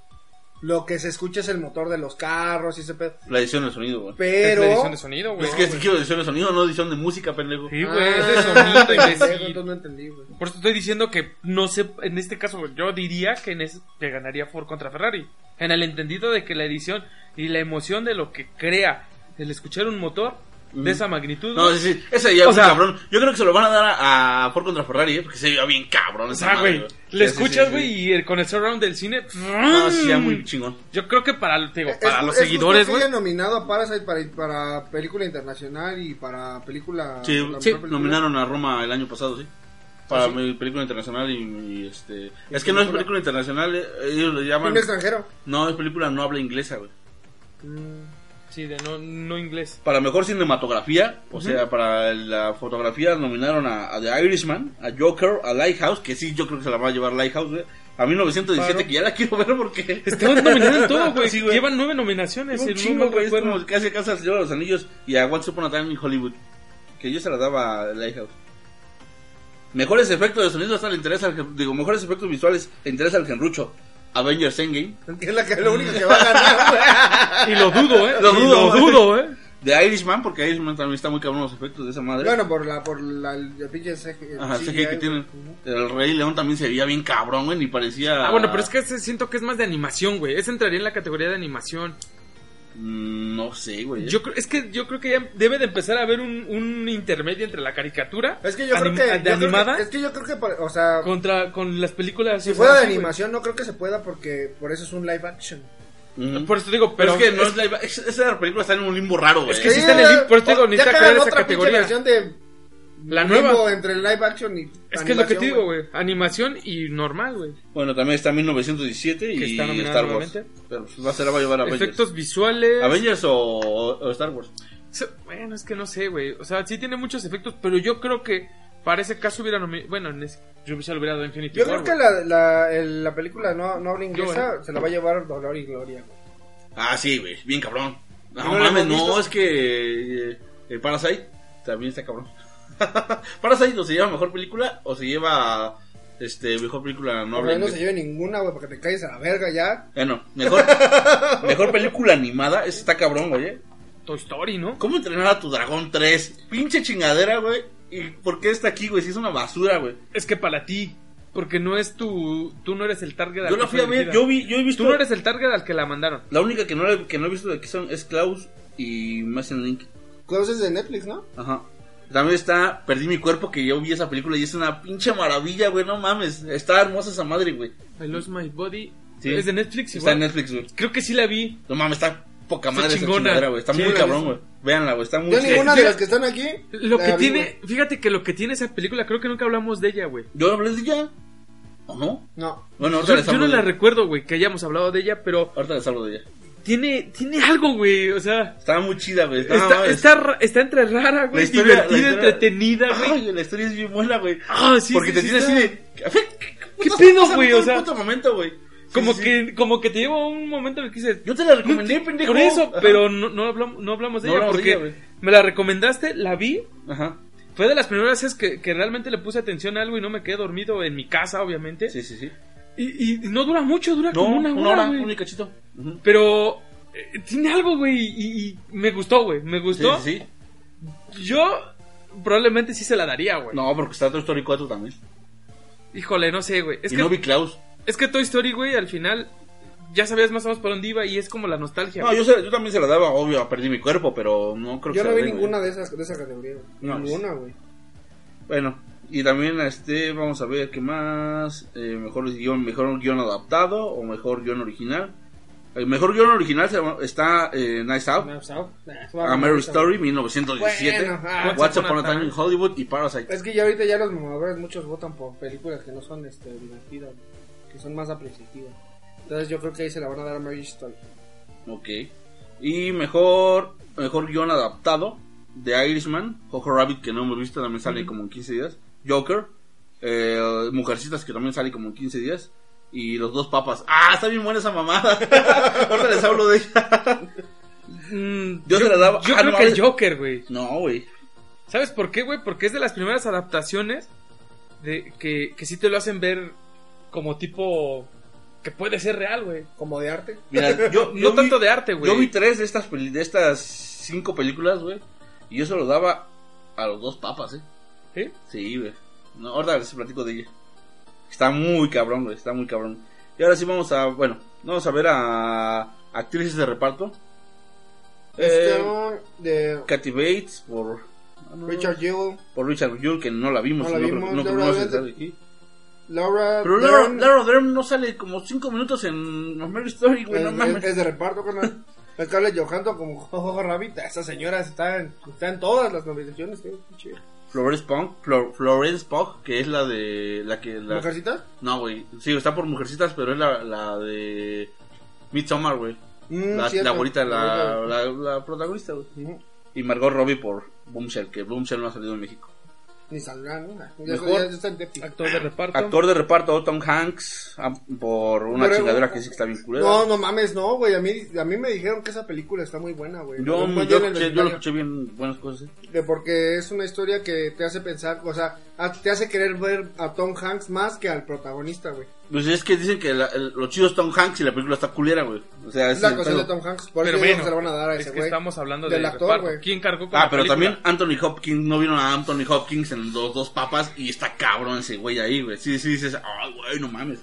S2: Lo que se escucha es el motor de los carros y ese pedo.
S1: La edición de sonido, güey.
S3: Es
S2: Pero.
S3: la edición de sonido, güey.
S1: Es que si quiero edición de sonido, no edición de música, pendejo.
S3: Sí, güey,
S2: Ah,
S3: es de sonido,
S2: pendejo,
S3: imbécil.
S2: entonces no entendí, güey.
S3: Por eso estoy diciendo que no sé, en este caso güey, yo diría que en ese que ganaría Ford contra Ferrari. En el entendido de que la edición y la emoción de lo que crea el escuchar un motor de esa magnitud.
S1: No,
S3: güey.
S1: sí, sí. Ese ya
S3: O
S1: es
S3: sea-
S1: cabrón. Yo creo que se lo van a dar a, a Ford contra Ferrari, ¿eh? porque se veía bien cabrón
S3: o
S1: esa
S3: sea,
S1: madre,
S3: Ah, güey,
S1: güey.
S3: le
S1: Sí, sí,
S3: escuchas,
S1: sí,
S3: güey, Mm.
S1: sí.
S3: y el, con el surround del cine.
S1: No, sí, ya muy chingón.
S3: Yo creo que para, te digo,
S2: Es-
S3: para
S2: es
S3: los
S2: justo
S3: seguidores,
S2: que
S3: güey.
S2: haya nominado a Parasite para, para película internacional y para película.
S1: Sí,
S2: Ah, la mejor
S1: sí,
S2: película.
S1: nominaron a Roma el año pasado, sí. Para
S2: ¿Ah, sí?
S1: mi película internacional y, y, este. Es que no es película internacional, eh, ellos le
S2: Filme
S1: llaman.
S2: extranjero.
S1: No, es película no habla inglesa, güey.
S3: Mm, Sí, de no, no inglés.
S1: Para mejor cinematografía, o sea, para la fotografía nominaron a, a The Irishman, a Joker, a Lighthouse, que sí, yo creo que se la va a llevar Lighthouse, güey. A 1917,
S2: Claro.
S1: que ya la quiero ver porque.
S3: Estaban nominados en todo, güey.
S1: Sí, güey.
S3: Llevan nueve nominaciones.
S1: Es un
S3: el
S1: chingo,
S3: número
S1: güey. Es
S3: recuerdo.
S1: como casi casa al Señor de los Anillos y a Once Upon a Time in Hollywood. Que yo se la daba a Lighthouse. Mejores efectos de sonido hasta le interesa al gen- Digo, mejores efectos visuales le interesa al genrucho. Avengers Endgame.
S2: Que es la que, lo único que va a ganar, güey.
S3: Y lo dudo, eh.
S1: Lo
S3: Y
S1: dudo,
S3: lo
S1: güey.
S3: dudo, eh.
S1: The Irishman, porque Irishman también está muy cabrón los efectos de esa madre.
S2: Bueno, por la, por la, el pinche CG,
S1: Ajá,
S2: CGI,
S1: CGI que
S2: güey.
S1: tienen. El Rey León también se veía bien cabrón, güey, ni parecía...
S3: Ah, bueno, pero es que ese siento que es más de animación, güey. Ese entraría en la categoría de animación.
S1: Mm, No sé, güey.
S3: Yo creo, es que yo creo que ya debe de empezar a haber un, un intermedio entre la caricatura
S2: Es que yo
S3: anim-
S2: creo que.
S3: de
S2: yo creo que-
S3: animada
S2: es que yo creo que, por- o sea.
S3: contra con las películas.
S2: Si fuera de
S3: güey.
S2: animación, no creo que se pueda porque por eso es un live action.
S1: Mm.
S3: Por eso te digo,
S1: Pero
S3: pero
S1: es que no es live- es- Esa película está en un limbo raro, güey.
S3: Es que sí está en el lim- por eso te digo,
S2: Ya
S3: necesita
S2: crearon
S3: crear esa
S2: otra pinche
S3: categoría.
S2: versión de
S3: La
S2: limbo
S3: nueva.
S2: entre el live action y
S3: es que es lo que te
S2: animación,
S3: digo, güey. Animación y normal, güey.
S1: Bueno, también está 1917
S3: Que
S1: y
S3: está nominada
S1: Star Wars.
S3: nuevamente.
S1: Pero pues, va a ser, va a llevar a Avengers.
S3: Efectos visuales.
S1: ¿Avengers o, o Star Wars?
S3: Se- Bueno, es que no sé, güey. O sea, sí tiene muchos efectos, pero yo creo que para ese caso hubiera nomi- Bueno, en ese- yo se lo hubiera dado a Infinity
S2: Yo
S3: War,
S2: creo que
S3: güey.
S2: la, la, el- la película no, no habla
S3: Yo,
S1: eh.
S2: inglesa, se la va a llevar Dolor y Gloria. güey.
S1: Ah, sí, güey, bien cabrón. No,
S2: ¿No lo
S1: mames,
S2: hemos
S1: no,
S2: visto?
S1: es que eh, eh, Parasite también está cabrón. Parasite o se lleva mejor película o se lleva este mejor película no habla
S2: Ojalá no se
S1: inglés.
S2: lleve ninguna, güey, porque te calles a la verga ya.
S1: Bueno, mejor, mejor película animada, esa está cabrón, güey. ¿eh?
S3: Toy Story, ¿no?
S1: ¿Cómo entrenar a tu dragón 3? Pinche chingadera, güey. ¿Y por qué está aquí, güey? Si es una basura, güey.
S3: Es que para ti, porque no es tu... Tú no eres el target al
S1: Yo
S3: que
S1: la fui
S3: fue
S1: a ver,
S3: dirigida.
S1: yo vi, yo he visto.
S3: Tú no eres el target al que la mandaron.
S1: La única que no, la- que no he visto de aquí son es Klaus y Mason Link.
S2: Cosas de Netflix, ¿no?
S1: Ajá. También está Perdí mi cuerpo, que yo vi esa película y es una pinche maravilla, güey. No mames. Está hermosa esa madre, güey.
S3: I Lost My Body.
S1: Sí.
S3: Es de Netflix,
S1: Está
S3: igual.
S1: en Netflix, güey.
S3: Creo que sí la vi.
S1: No mames, está poca
S3: Está
S1: madre esa
S3: chingona.
S1: chingadera, güey. Está
S3: Sí,
S1: muy
S3: la
S1: cabrón,
S3: vi.
S1: güey. Véanla, güey. Está muy
S2: Yo
S1: sí.
S2: ninguna de
S3: yo-
S2: las que están aquí.
S3: Lo
S2: la
S3: que
S2: vi,
S3: tiene...
S2: güey.
S3: Fíjate que lo que tiene esa película, creo que nunca hablamos de ella, güey.
S1: Yo hablé de ella. ¿O no?
S2: No.
S1: Bueno, ahorita
S3: Yo,
S1: les
S3: yo
S1: hablo
S3: no
S1: de
S3: la
S1: ella.
S3: recuerdo, güey, que hayamos hablado de ella, pero...
S1: Ahorita les hablo de ella.
S3: tiene, tiene algo, güey. O sea,
S1: Estaba muy chida, güey. estaba
S3: está,
S1: mames.
S3: está, ra- está entre rara, güey,
S1: historia- Ah, la
S3: divertida,
S1: historia-
S3: entretenida, güey.
S1: Ay, la historia es bien buena, güey.
S3: Ah, sí,
S1: Porque
S3: sí,
S1: te
S3: sí,
S1: tiene
S3: está.
S1: así de. ¿Qué,
S3: ¿Qué
S1: putas
S3: pedo,
S1: pasa
S3: güey?
S1: en todo
S3: O sea,
S1: puto momento, güey. Sí,
S3: Como
S1: sí, sí.
S3: que, como que te lleva a un momento en el que dices,
S1: Yo te la
S3: No
S1: recomendé,
S3: enti-
S1: pendejo.
S3: Por eso,
S1: Ajá.
S3: pero no, no hablamos, no hablamos de
S1: No
S3: ella
S1: hablamos de
S3: porque
S1: ella, güey.
S3: me la recomendaste, la vi.
S1: Ajá.
S3: Fue de las primeras veces que, que realmente le puse atención a algo y no me quedé dormido en mi casa, obviamente.
S1: Sí, sí, sí.
S3: Y, y no dura mucho, dura
S1: No,
S3: como una hora, güey.
S1: un y cachito. Ujú.
S3: Pero eh, tiene algo, güey, y, y me gustó, güey. Me
S1: Sí,
S3: gustó.
S1: sí, sí.
S3: Yo probablemente sí se la daría, güey.
S1: No, porque está Toy Story 4 también.
S3: Híjole, no sé, güey. Es,
S1: y
S3: que,
S1: no vi Klaus.
S3: es que Toy Story, güey, al final ya sabías más o menos por dónde iba y es como la nostalgia.
S1: No,
S3: güey.
S1: yo, se- yo también se la daba, obvio, perdí mi cuerpo, pero no creo que
S2: Yo
S1: se
S2: no
S1: la
S2: vi
S1: den,
S2: ninguna de esas de esa categoría. güey.
S1: No,
S2: ninguna, güey.
S1: güey. Bueno, y también, este, vamos a ver qué más. Eh, mejor guión, mejor guión adaptado o mejor guión original. El mejor guión original se llama- está eh, Nice Out,
S2: Nah, pues, ah, nah, eso va
S1: A Mary
S2: ahorita,
S1: Story,
S2: güey.
S1: 1917.
S2: Bueno, ah,
S1: What's Upon a Time in Hollywood y Parasite.
S2: Es que ya ahorita ya los mamadores muchos votan por películas que no son este, divertidas, que son más apreciativas. Entonces yo creo que ahí se la van a dar a Marriage Story.
S1: Ok. Y mejor mejor guión adaptado de Irishman, Jojo Rabbit que no hemos visto, también sale
S3: Ujú.
S1: como en 15 días, Joker, eh, Mujercitas que también sale como en 15 días y Los dos papas. Ah, está bien buena esa mamada. Ahorita les hablo de ella.
S3: Mm,
S1: Yo se la daba-
S3: Yo
S1: Ah,
S3: creo
S1: no,
S3: que el
S1: vale.
S3: Joker, güey.
S1: No, güey.
S3: ¿Sabes por qué, güey? Porque es de las primeras adaptaciones de que, que sí te lo hacen ver como tipo que puede ser real, güey.
S2: Como de arte. Este,
S1: Mira, yo,
S3: No
S1: yo
S3: tanto
S1: vi,
S3: de arte, güey.
S1: Yo vi tres de estas peli- de estas cinco películas, güey, y yo se lo daba a Los dos papas, eh.
S3: ¿Sí?
S1: Sí, güey. No, ahorita les platico de ella. Está muy cabrón, güey. Está muy cabrón. Y ahora sí vamos a, bueno, vamos a ver a actrices de reparto.
S2: Este,
S1: Eh,
S2: de
S1: Kathy Bates por ah,
S2: Richard Jewell,
S1: por Richard Yule, que no la vimos.
S2: No la
S1: no creo-
S2: vimos,
S1: no creo-
S2: Laura
S1: no sé si
S2: Dern.
S1: sale aquí.
S2: Laura.
S1: Pero Laura,
S2: Dern,
S1: Laura Dern no sale como 5 minutos en los Mary Story, güey.
S2: es,
S1: No
S2: es-
S1: mames.
S2: es de reparto con la. el Carlos Johansson como Jojo Rabbit. Esa señora está en, está en todas las nominaciones. qué chido.
S1: Florence Pugh, Flor- Florence Pugh, que es la de la que la-
S2: ¿Mujercitas?
S1: No, güey. Sí, está por Mujercitas, pero es la, la de Midsommar, güey.
S2: Mm,
S1: la,
S2: cierto.
S1: la abuelita, la,
S2: abuelita.
S1: la, la protagonista, güey.
S2: Ujú.
S1: Y Margot Robbie por Boomshell, que Boomshell no ha salido en México.
S2: Ni saldrá, ¿no? Ya,
S1: Mejor
S2: ya- ya está en Netflix.
S3: Actor de reparto.
S1: Actor de reparto, Tom Hanks, ah, por una
S2: Pero-
S1: chingadera que sí que está bien culera.
S2: No, no mames, no, güey. A mí, a mí me dijeron que esa película está muy buena, güey.
S1: yo,
S2: Lo
S1: yo,
S2: encuentro pues, en el
S1: escuché- yo lo
S2: vecindario.
S1: escuché bien, buenas cosas. ¿eh?
S2: De porque es una historia que te hace pensar, o sea, a- te hace querer ver a Tom Hanks más que al protagonista, güey.
S1: Pues es que dicen que la- el- lo chido es Tom Hanks y la película está culera, güey. O sea,
S2: Es
S1: ese
S2: la
S1: el
S2: cosa
S1: pedo.
S2: de Tom Hanks, por
S3: Pero
S2: eso digo que
S3: bueno,
S2: se la van a dar a
S3: es
S2: ese
S3: que
S2: güey.
S3: estamos hablando
S2: Del
S3: del
S2: actor,
S3: reparto.
S2: güey.
S3: ¿Quién cargó con
S1: Ah,
S3: la
S1: pero
S3: película?
S1: también Anthony Hopkins, no vieron a Anthony Hopkins en los dos papas y está cabrón ese güey ahí, güey. Sí, sí, dices, ay, güey, no mames.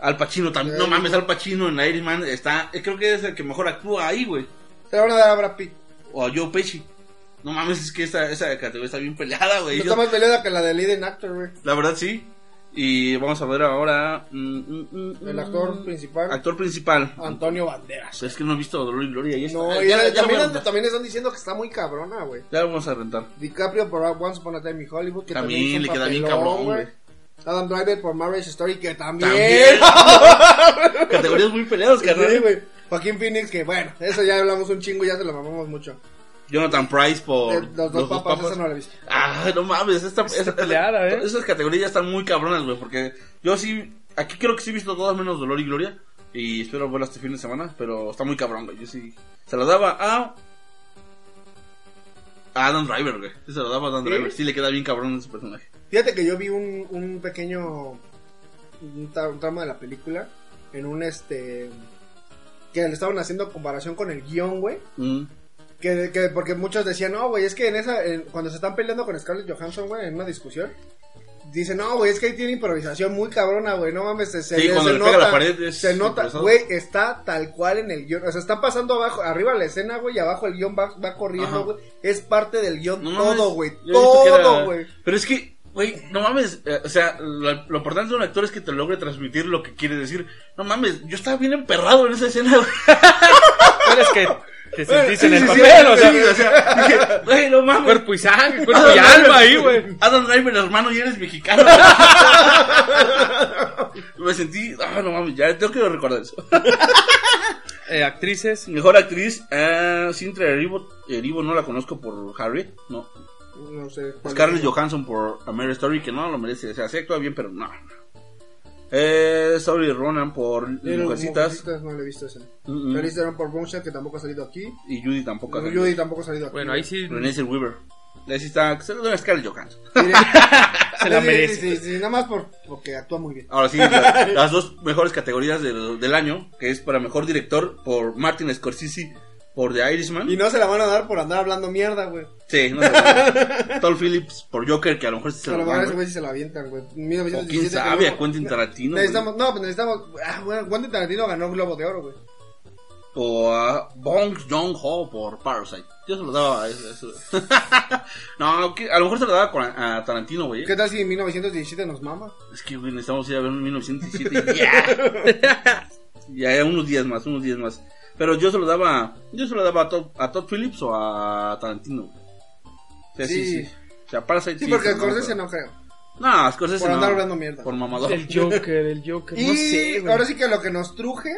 S1: Al Pacino también, no
S2: Eh,
S1: mames, Al Pacino en Irishman está, eh, creo que es el que mejor actúa ahí, güey.
S2: Se la van a dar a Brad Pitt.
S1: O a Joe Pesci. No mames, es que esta, esa categoría está bien peleada, güey.
S2: Está
S1: Yo-
S2: más peleada que la de Leading Actor, güey.
S1: La verdad sí. Y vamos a ver ahora. mm, mm, mm,
S2: El
S1: mm,
S2: actor principal,
S1: Actor principal.
S2: Antonio Banderas.
S1: Pues es que no he visto Dolor y Gloria. Y esta-
S2: No,
S1: eh,
S2: y
S1: ya,
S2: la-
S1: ya
S2: también,
S1: voy a-
S2: también están diciendo que está muy cabrona, güey.
S1: ya vamos a rentar.
S2: DiCaprio por Once Upon a Time in Hollywood, que
S1: También
S2: también,
S1: le
S2: fue un
S1: queda bien
S2: papelón,
S1: cabrón, güey.
S2: Adam Driver por Marriage Story, que también.
S1: También. Categorías muy peleadas,
S2: Sí,
S1: carnal.
S2: güey. Joaquín Phoenix, que bueno, eso ya hablamos un chingo, ya se lo mamamos mucho.
S1: Jonathan Price por.
S2: Eh, los dos papas, esa no la he visto.
S1: Ah, no mames. Esta, esta-
S3: peleada, ¿eh?
S1: Esas categorías ya están muy cabronas, güey. Porque yo sí. Aquí creo que sí he visto todas menos Dolor y Gloria. Y espero verla este fin de semana. Pero está muy cabrón, güey. Yo sí. Se la daba a. A Adam Driver, güey. Sí, Se la daba a Adam
S2: ¿Sí?
S1: Driver. Sí le queda bien cabrón ese personaje.
S2: Fíjate que yo vi un, un pequeño un, tra- un tramo de la película en un este que le estaban haciendo comparación con el guión, güey.
S1: Mm.
S2: Que, que- porque muchos decían, no, güey, es que en esa, en- cuando se están peleando con Scarlett Johansson, güey, en una discusión, dicen, no, güey, es que ahí tiene improvisación muy cabrona, güey, no mames, se, se-
S1: Sí,
S2: se
S1: cuando le
S2: nota,
S1: pega la pared es
S2: se nota,
S1: improvisado.
S2: güey, está tal cual en el guión, o sea, está pasando abajo, arriba la escena, güey, y abajo el guión va, va
S1: Ajá.
S2: corriendo, güey, es parte del guión,
S1: No mames,
S2: todo, güey,
S1: yo he visto que era-
S2: todo, güey.
S1: Pero es que, güey, no mames. eh, o sea, lo, lo importante de un actor es que te logre transmitir lo que quiere decir. No mames, yo estaba bien emperrado en esa escena, güey.
S3: Pero es que te sentís en el
S1: Eh, Sí, sí,
S3: papel,
S1: sí,
S3: o sea,
S1: sí, o sea, dije, güey, no mames.
S3: cuerpo y sangre, cuerpo
S1: Adam
S3: y
S1: Driver,
S3: alma ahí, güey.
S1: Adam Driver, hermano, y eres mexicano. Me sentí, ah, no mames, ya tengo que recordar eso.
S3: eh, actrices.
S1: Mejor actriz, ah, Cintra Erivo, Erivo no la conozco por Harry, no.
S2: No sé. cuál
S1: Scarlett
S2: es.
S1: Johansson por A Mare Story, que no lo merece, o sea, sí actúa bien, pero no. Eh, Saoirse Ronan por
S2: Pero
S1: Mujercitas,
S2: Mujercitas No lo he visto ese.
S1: Mm, mm.
S2: Feliz Aaron por Boomshot, que tampoco ha salido aquí.
S1: y Judy tampoco. ha salido.
S2: Judy tampoco ha salido aquí.
S3: Bueno, ahí sí
S1: Renée Zellweger. Ahí sí está, se lo doy a Scarlett Johansson.
S3: se la
S2: Sí,
S3: merece.
S2: Sí, sí, sí, nada más por, porque actúa muy bien.
S1: Ahora sí, la- las dos mejores categorías del, del año, que es para mejor director por Martin Scorsese por The Irishman.
S2: Y no se la van a dar por andar hablando mierda, güey.
S1: Sí, no sé. Tol Phillips por Joker, que a lo mejor sí se
S2: A
S1: lo
S2: lo mejor ese
S1: dan. güey.
S2: güey sí se la avientan, güey.
S1: O
S2: 1917
S1: quién
S2: que
S1: sabe,
S2: no-
S1: a Quentin Tarantino. güey.
S2: Necesitamos, no, pues necesitamos. Ah, bueno, Quentin Tarantino ganó un Globo de Oro, güey.
S1: O a Bong Joon-ho por Parasite. Yo se lo daba a ese- a ese- no, que- a lo mejor se lo daba con- a Tarantino, güey.
S2: ¿Qué tal si 1917 nos mama?
S1: Es que, güey, necesitamos ir a ver un 1917 y ya. ya, ya, unos días más, unos días más. Pero yo se lo daba, yo se lo daba a Todd, a Todd Phillips o a Tarantino. güey. O sea, sí, sí.
S2: Sí.
S1: O sea, Parasite
S2: Sí, porque
S1: se lo daba,
S2: Scorsese
S1: pero-
S2: no creo.
S1: No, Scorsese
S2: Por
S1: no.
S2: andar hablando mierda.
S1: Por mamador.
S3: El Joker, el Joker.
S2: Y
S3: no sé, güey.
S2: ahora sí que lo que nos truje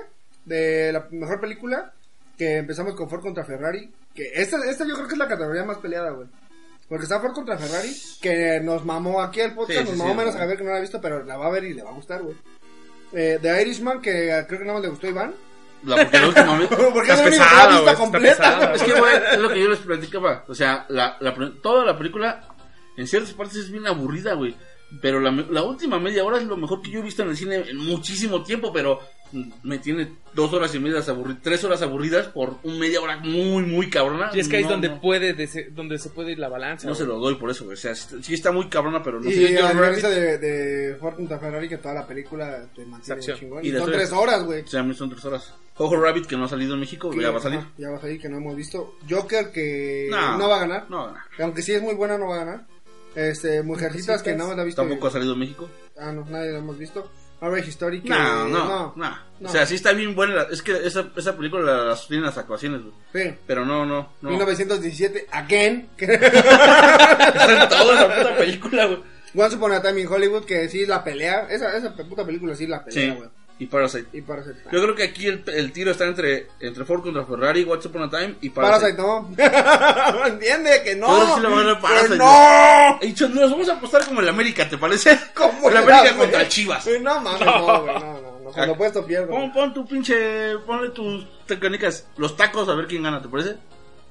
S2: de la mejor película, que empezamos con Ford contra Ferrari, que esta, esta yo creo que es la categoría más peleada, güey. Porque está Ford contra Ferrari, que nos mamó aquí el podcast,
S1: Sí, sí,
S2: nos
S1: sí,
S2: mamó menos
S1: sí.
S2: a Javier que no la ha visto, pero la va a ver y le va a gustar, güey. Eh, The Irishman, que creo que nada más le gustó a Iván.
S1: La, porque la última vez.
S2: Porque
S3: Estás
S2: es la única que la ha
S3: pesada,
S2: visto
S3: güey, está
S2: completa.
S3: pesada.
S1: Es que, güey, es lo que yo les platicaba. O sea, la, la pr- toda la película, en ciertas partes, es bien aburrida, güey. Pero la, me- la última media hora es lo mejor que yo he visto en el cine en muchísimo tiempo, pero mm, me tiene dos horas y media aburridas, tres horas aburridas por un media hora muy, muy cabrona.
S3: Y es que ahí es
S1: No,
S3: donde
S1: no,
S3: puede dese- donde se puede ir la balanza.
S1: no se
S3: güey.
S1: lo doy por eso, güey. O sea, est- sí está muy cabrona, pero no
S2: Y
S1: sé.
S2: a
S1: Jojo Rabbit,
S2: diferencia de, de Ford contra Ferrari, que toda la película te mantiene
S3: Acción.
S2: chingón.
S1: Y
S2: Y
S1: de
S2: son
S1: tres.
S2: tres horas, güey.
S1: O sea, a mí son tres horas. Jojo Rabbit, que no ha salido en México, ya va a salir.
S2: Ajá, Ya va a salir, que no hemos visto. Joker, que
S1: No.
S2: no, va a ganar.
S1: No va a ganar.
S2: Que Aunque sí es muy buena, no va a ganar. Este, Mujercitas, que nada más la viste.
S1: pues Tampoco ha salido en México.
S2: Ah, no, nadie la hemos visto. Marvel History, que
S1: No, no, no,
S2: no.
S1: O sea, sí está bien buena. la- es que esa, esa película la, la sostienen las actuaciones, güey.
S2: Sí.
S1: Pero no, no, no.
S2: 1917, Again. que-
S1: Hacen toda la puta película, güey.
S2: Once Upon a Time in Hollywood, que sí la pelea. Esa, esa puta película sí la
S1: Sí,
S2: pelea, güey.
S1: y Parasite.
S2: Y Parasite.
S1: Yo creo que aquí el, el tiro está entre, entre Ford contra Ferrari, What's Upon a Time y Parasite.
S2: Parasite, no. Entiende que no.
S1: Yo creo que sí le va a ganar
S2: Que
S1: Parasite,
S2: no.
S1: He dicho, nos vamos a apostar como el América, ¿te parece?
S2: Como
S1: el
S2: la
S1: América
S2: vez.
S1: contra Chivas.
S2: Sí, No mames, no, güey. No, no, no. Con lo puesto pierdo.
S1: Pon, pon tu pinche, ponle tus canicas, los tacos a ver quién gana, ¿te parece?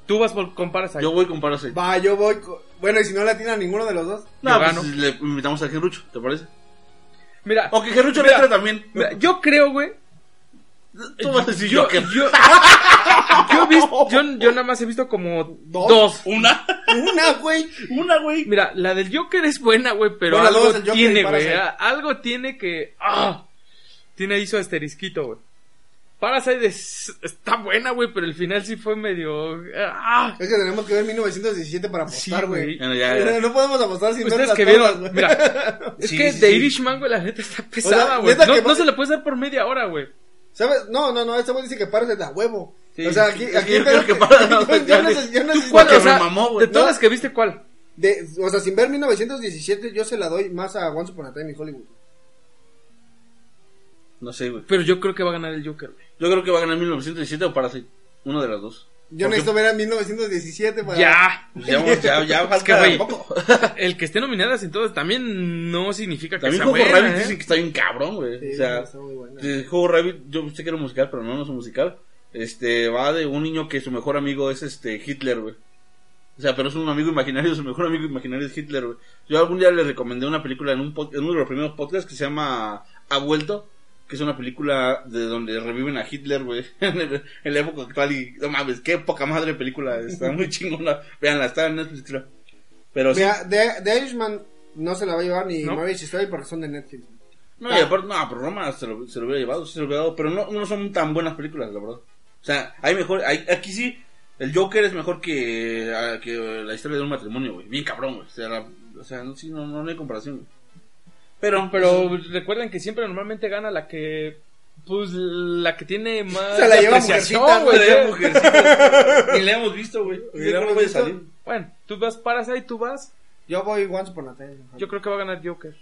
S3: Tú vas por, con Parasite.
S1: Yo voy con Parasite.
S2: Va, yo voy. co- Bueno, y si no la tiene a ninguno de los dos.
S1: no,
S3: yo
S1: pues,
S3: gano.
S1: le invitamos a Gerrucho, ¿te parece?
S3: Mira,
S1: O que Gerrucho le
S3: Mira.
S1: entre también.
S3: mira, yo creo, güey.
S1: Tú vas a decir yo, que
S3: yo, yo he visto- yo- yo nada más he visto como dos.
S1: una,
S2: Una, güey.
S1: una, güey.
S3: Mira, la del Joker es buena, güey, pero
S2: Bueno,
S3: algo
S2: dos, el Joker y
S3: tiene, güey.
S2: Parasite.
S3: a- Algo tiene que. ¡Ah! Tiene ahí su asterisquito, güey. Parasite es- está buena, güey, pero el final sí fue medio. ¡Ah!
S2: Es que tenemos que ver 1917 para apostar,
S3: Sí, güey.
S2: güey.
S1: Bueno, ya, ya.
S2: No podemos apostar sin
S3: Ustedes
S2: verlas
S3: que
S2: todas,
S3: vieron.
S2: güey.
S3: Mira, es
S1: Sí,
S3: que
S1: sí,
S3: The
S1: sí.
S3: Irishman, güey, la neta está pesada, güey.
S2: neta
S3: no,
S2: que-
S3: no se le puede dar por media hora, güey.
S2: ¿Sabes? No, no, no. Este güey dice que paras de a huevo.
S3: Sí.
S2: o sea, aquí.
S1: Es
S2: aquí
S1: que yo creo que
S2: yo-
S1: Parasite no-
S2: yo no sé- yo no sé-
S1: ¿Cuál?
S3: Porque,
S1: me mamó, güey.
S3: De todas
S2: No.
S3: las que viste, ¿cuál?
S2: de- O sea, sin ver 1917, yo se la doy más a Once Upon a Time in Hollywood.
S1: No sé, güey.
S3: Pero yo creo que va a ganar el Joker, güey.
S1: Yo creo que va a ganar 1917 o Parasite. Una de las dos.
S2: Yo
S1: Porque,
S2: necesito ver a 1917 para.
S3: Ya.
S1: pues, Ya, vamos, ya, ya,
S3: Es que,
S1: falta
S3: güey,
S1: poco.
S3: el que esté nominadas en todas también no significa que
S1: También
S3: sea
S1: Jojo
S3: buena,
S1: Rabbit
S3: ¿eh?
S1: dicen que está bien cabrón, güey.
S2: Sí,
S1: o sea,
S2: está muy buena.
S1: de Jojo Rabbit, yo pensé que era un musical, pero no, no es un musical. Este, va de un niño que su mejor amigo es este Hitler, güey. O sea, pero es un amigo imaginario, su mejor amigo imaginario es Hitler, güey. Yo algún día le recomendé una película en, un pod- en uno de los primeros podcasts que se llama Ha vuelto, que es una película de donde reviven a Hitler, güey, en la época actual y no mames, qué poca madre película, está muy chingona. Veanla, está en Netflix, creo. Pero sí,
S2: Mira, de, de Irishman no se la va a llevar ni
S3: ¿No?
S2: Marriage Story porque son de Netflix.
S1: No, y aparte, no, pero Roma se lo, se lo hubiera llevado, sí se lo hubiera dado, pero no, no son tan buenas películas, la verdad. O sea, hay mejor, hay- aquí sí, el Joker es mejor que, a- que la historia de un matrimonio, güey. Bien cabrón, güey. O sea, la- o sea, no, sí, no, no hay comparación, güey. Pero, pues,
S3: Pero recuerden que siempre normalmente gana la que. Pues la que tiene más.
S2: Se la lleva
S3: apreciación,
S2: Mujercita,
S3: güey.
S1: Pero ya, mujercita, ni la hemos visto, güey. Ni la hemos
S2: hemos visto?
S1: salir.
S3: Bueno, tú vas Parasite, tú vas.
S2: Yo voy Once Upon a Time. in Hollywood.
S3: Yo creo que va a ganar Joker.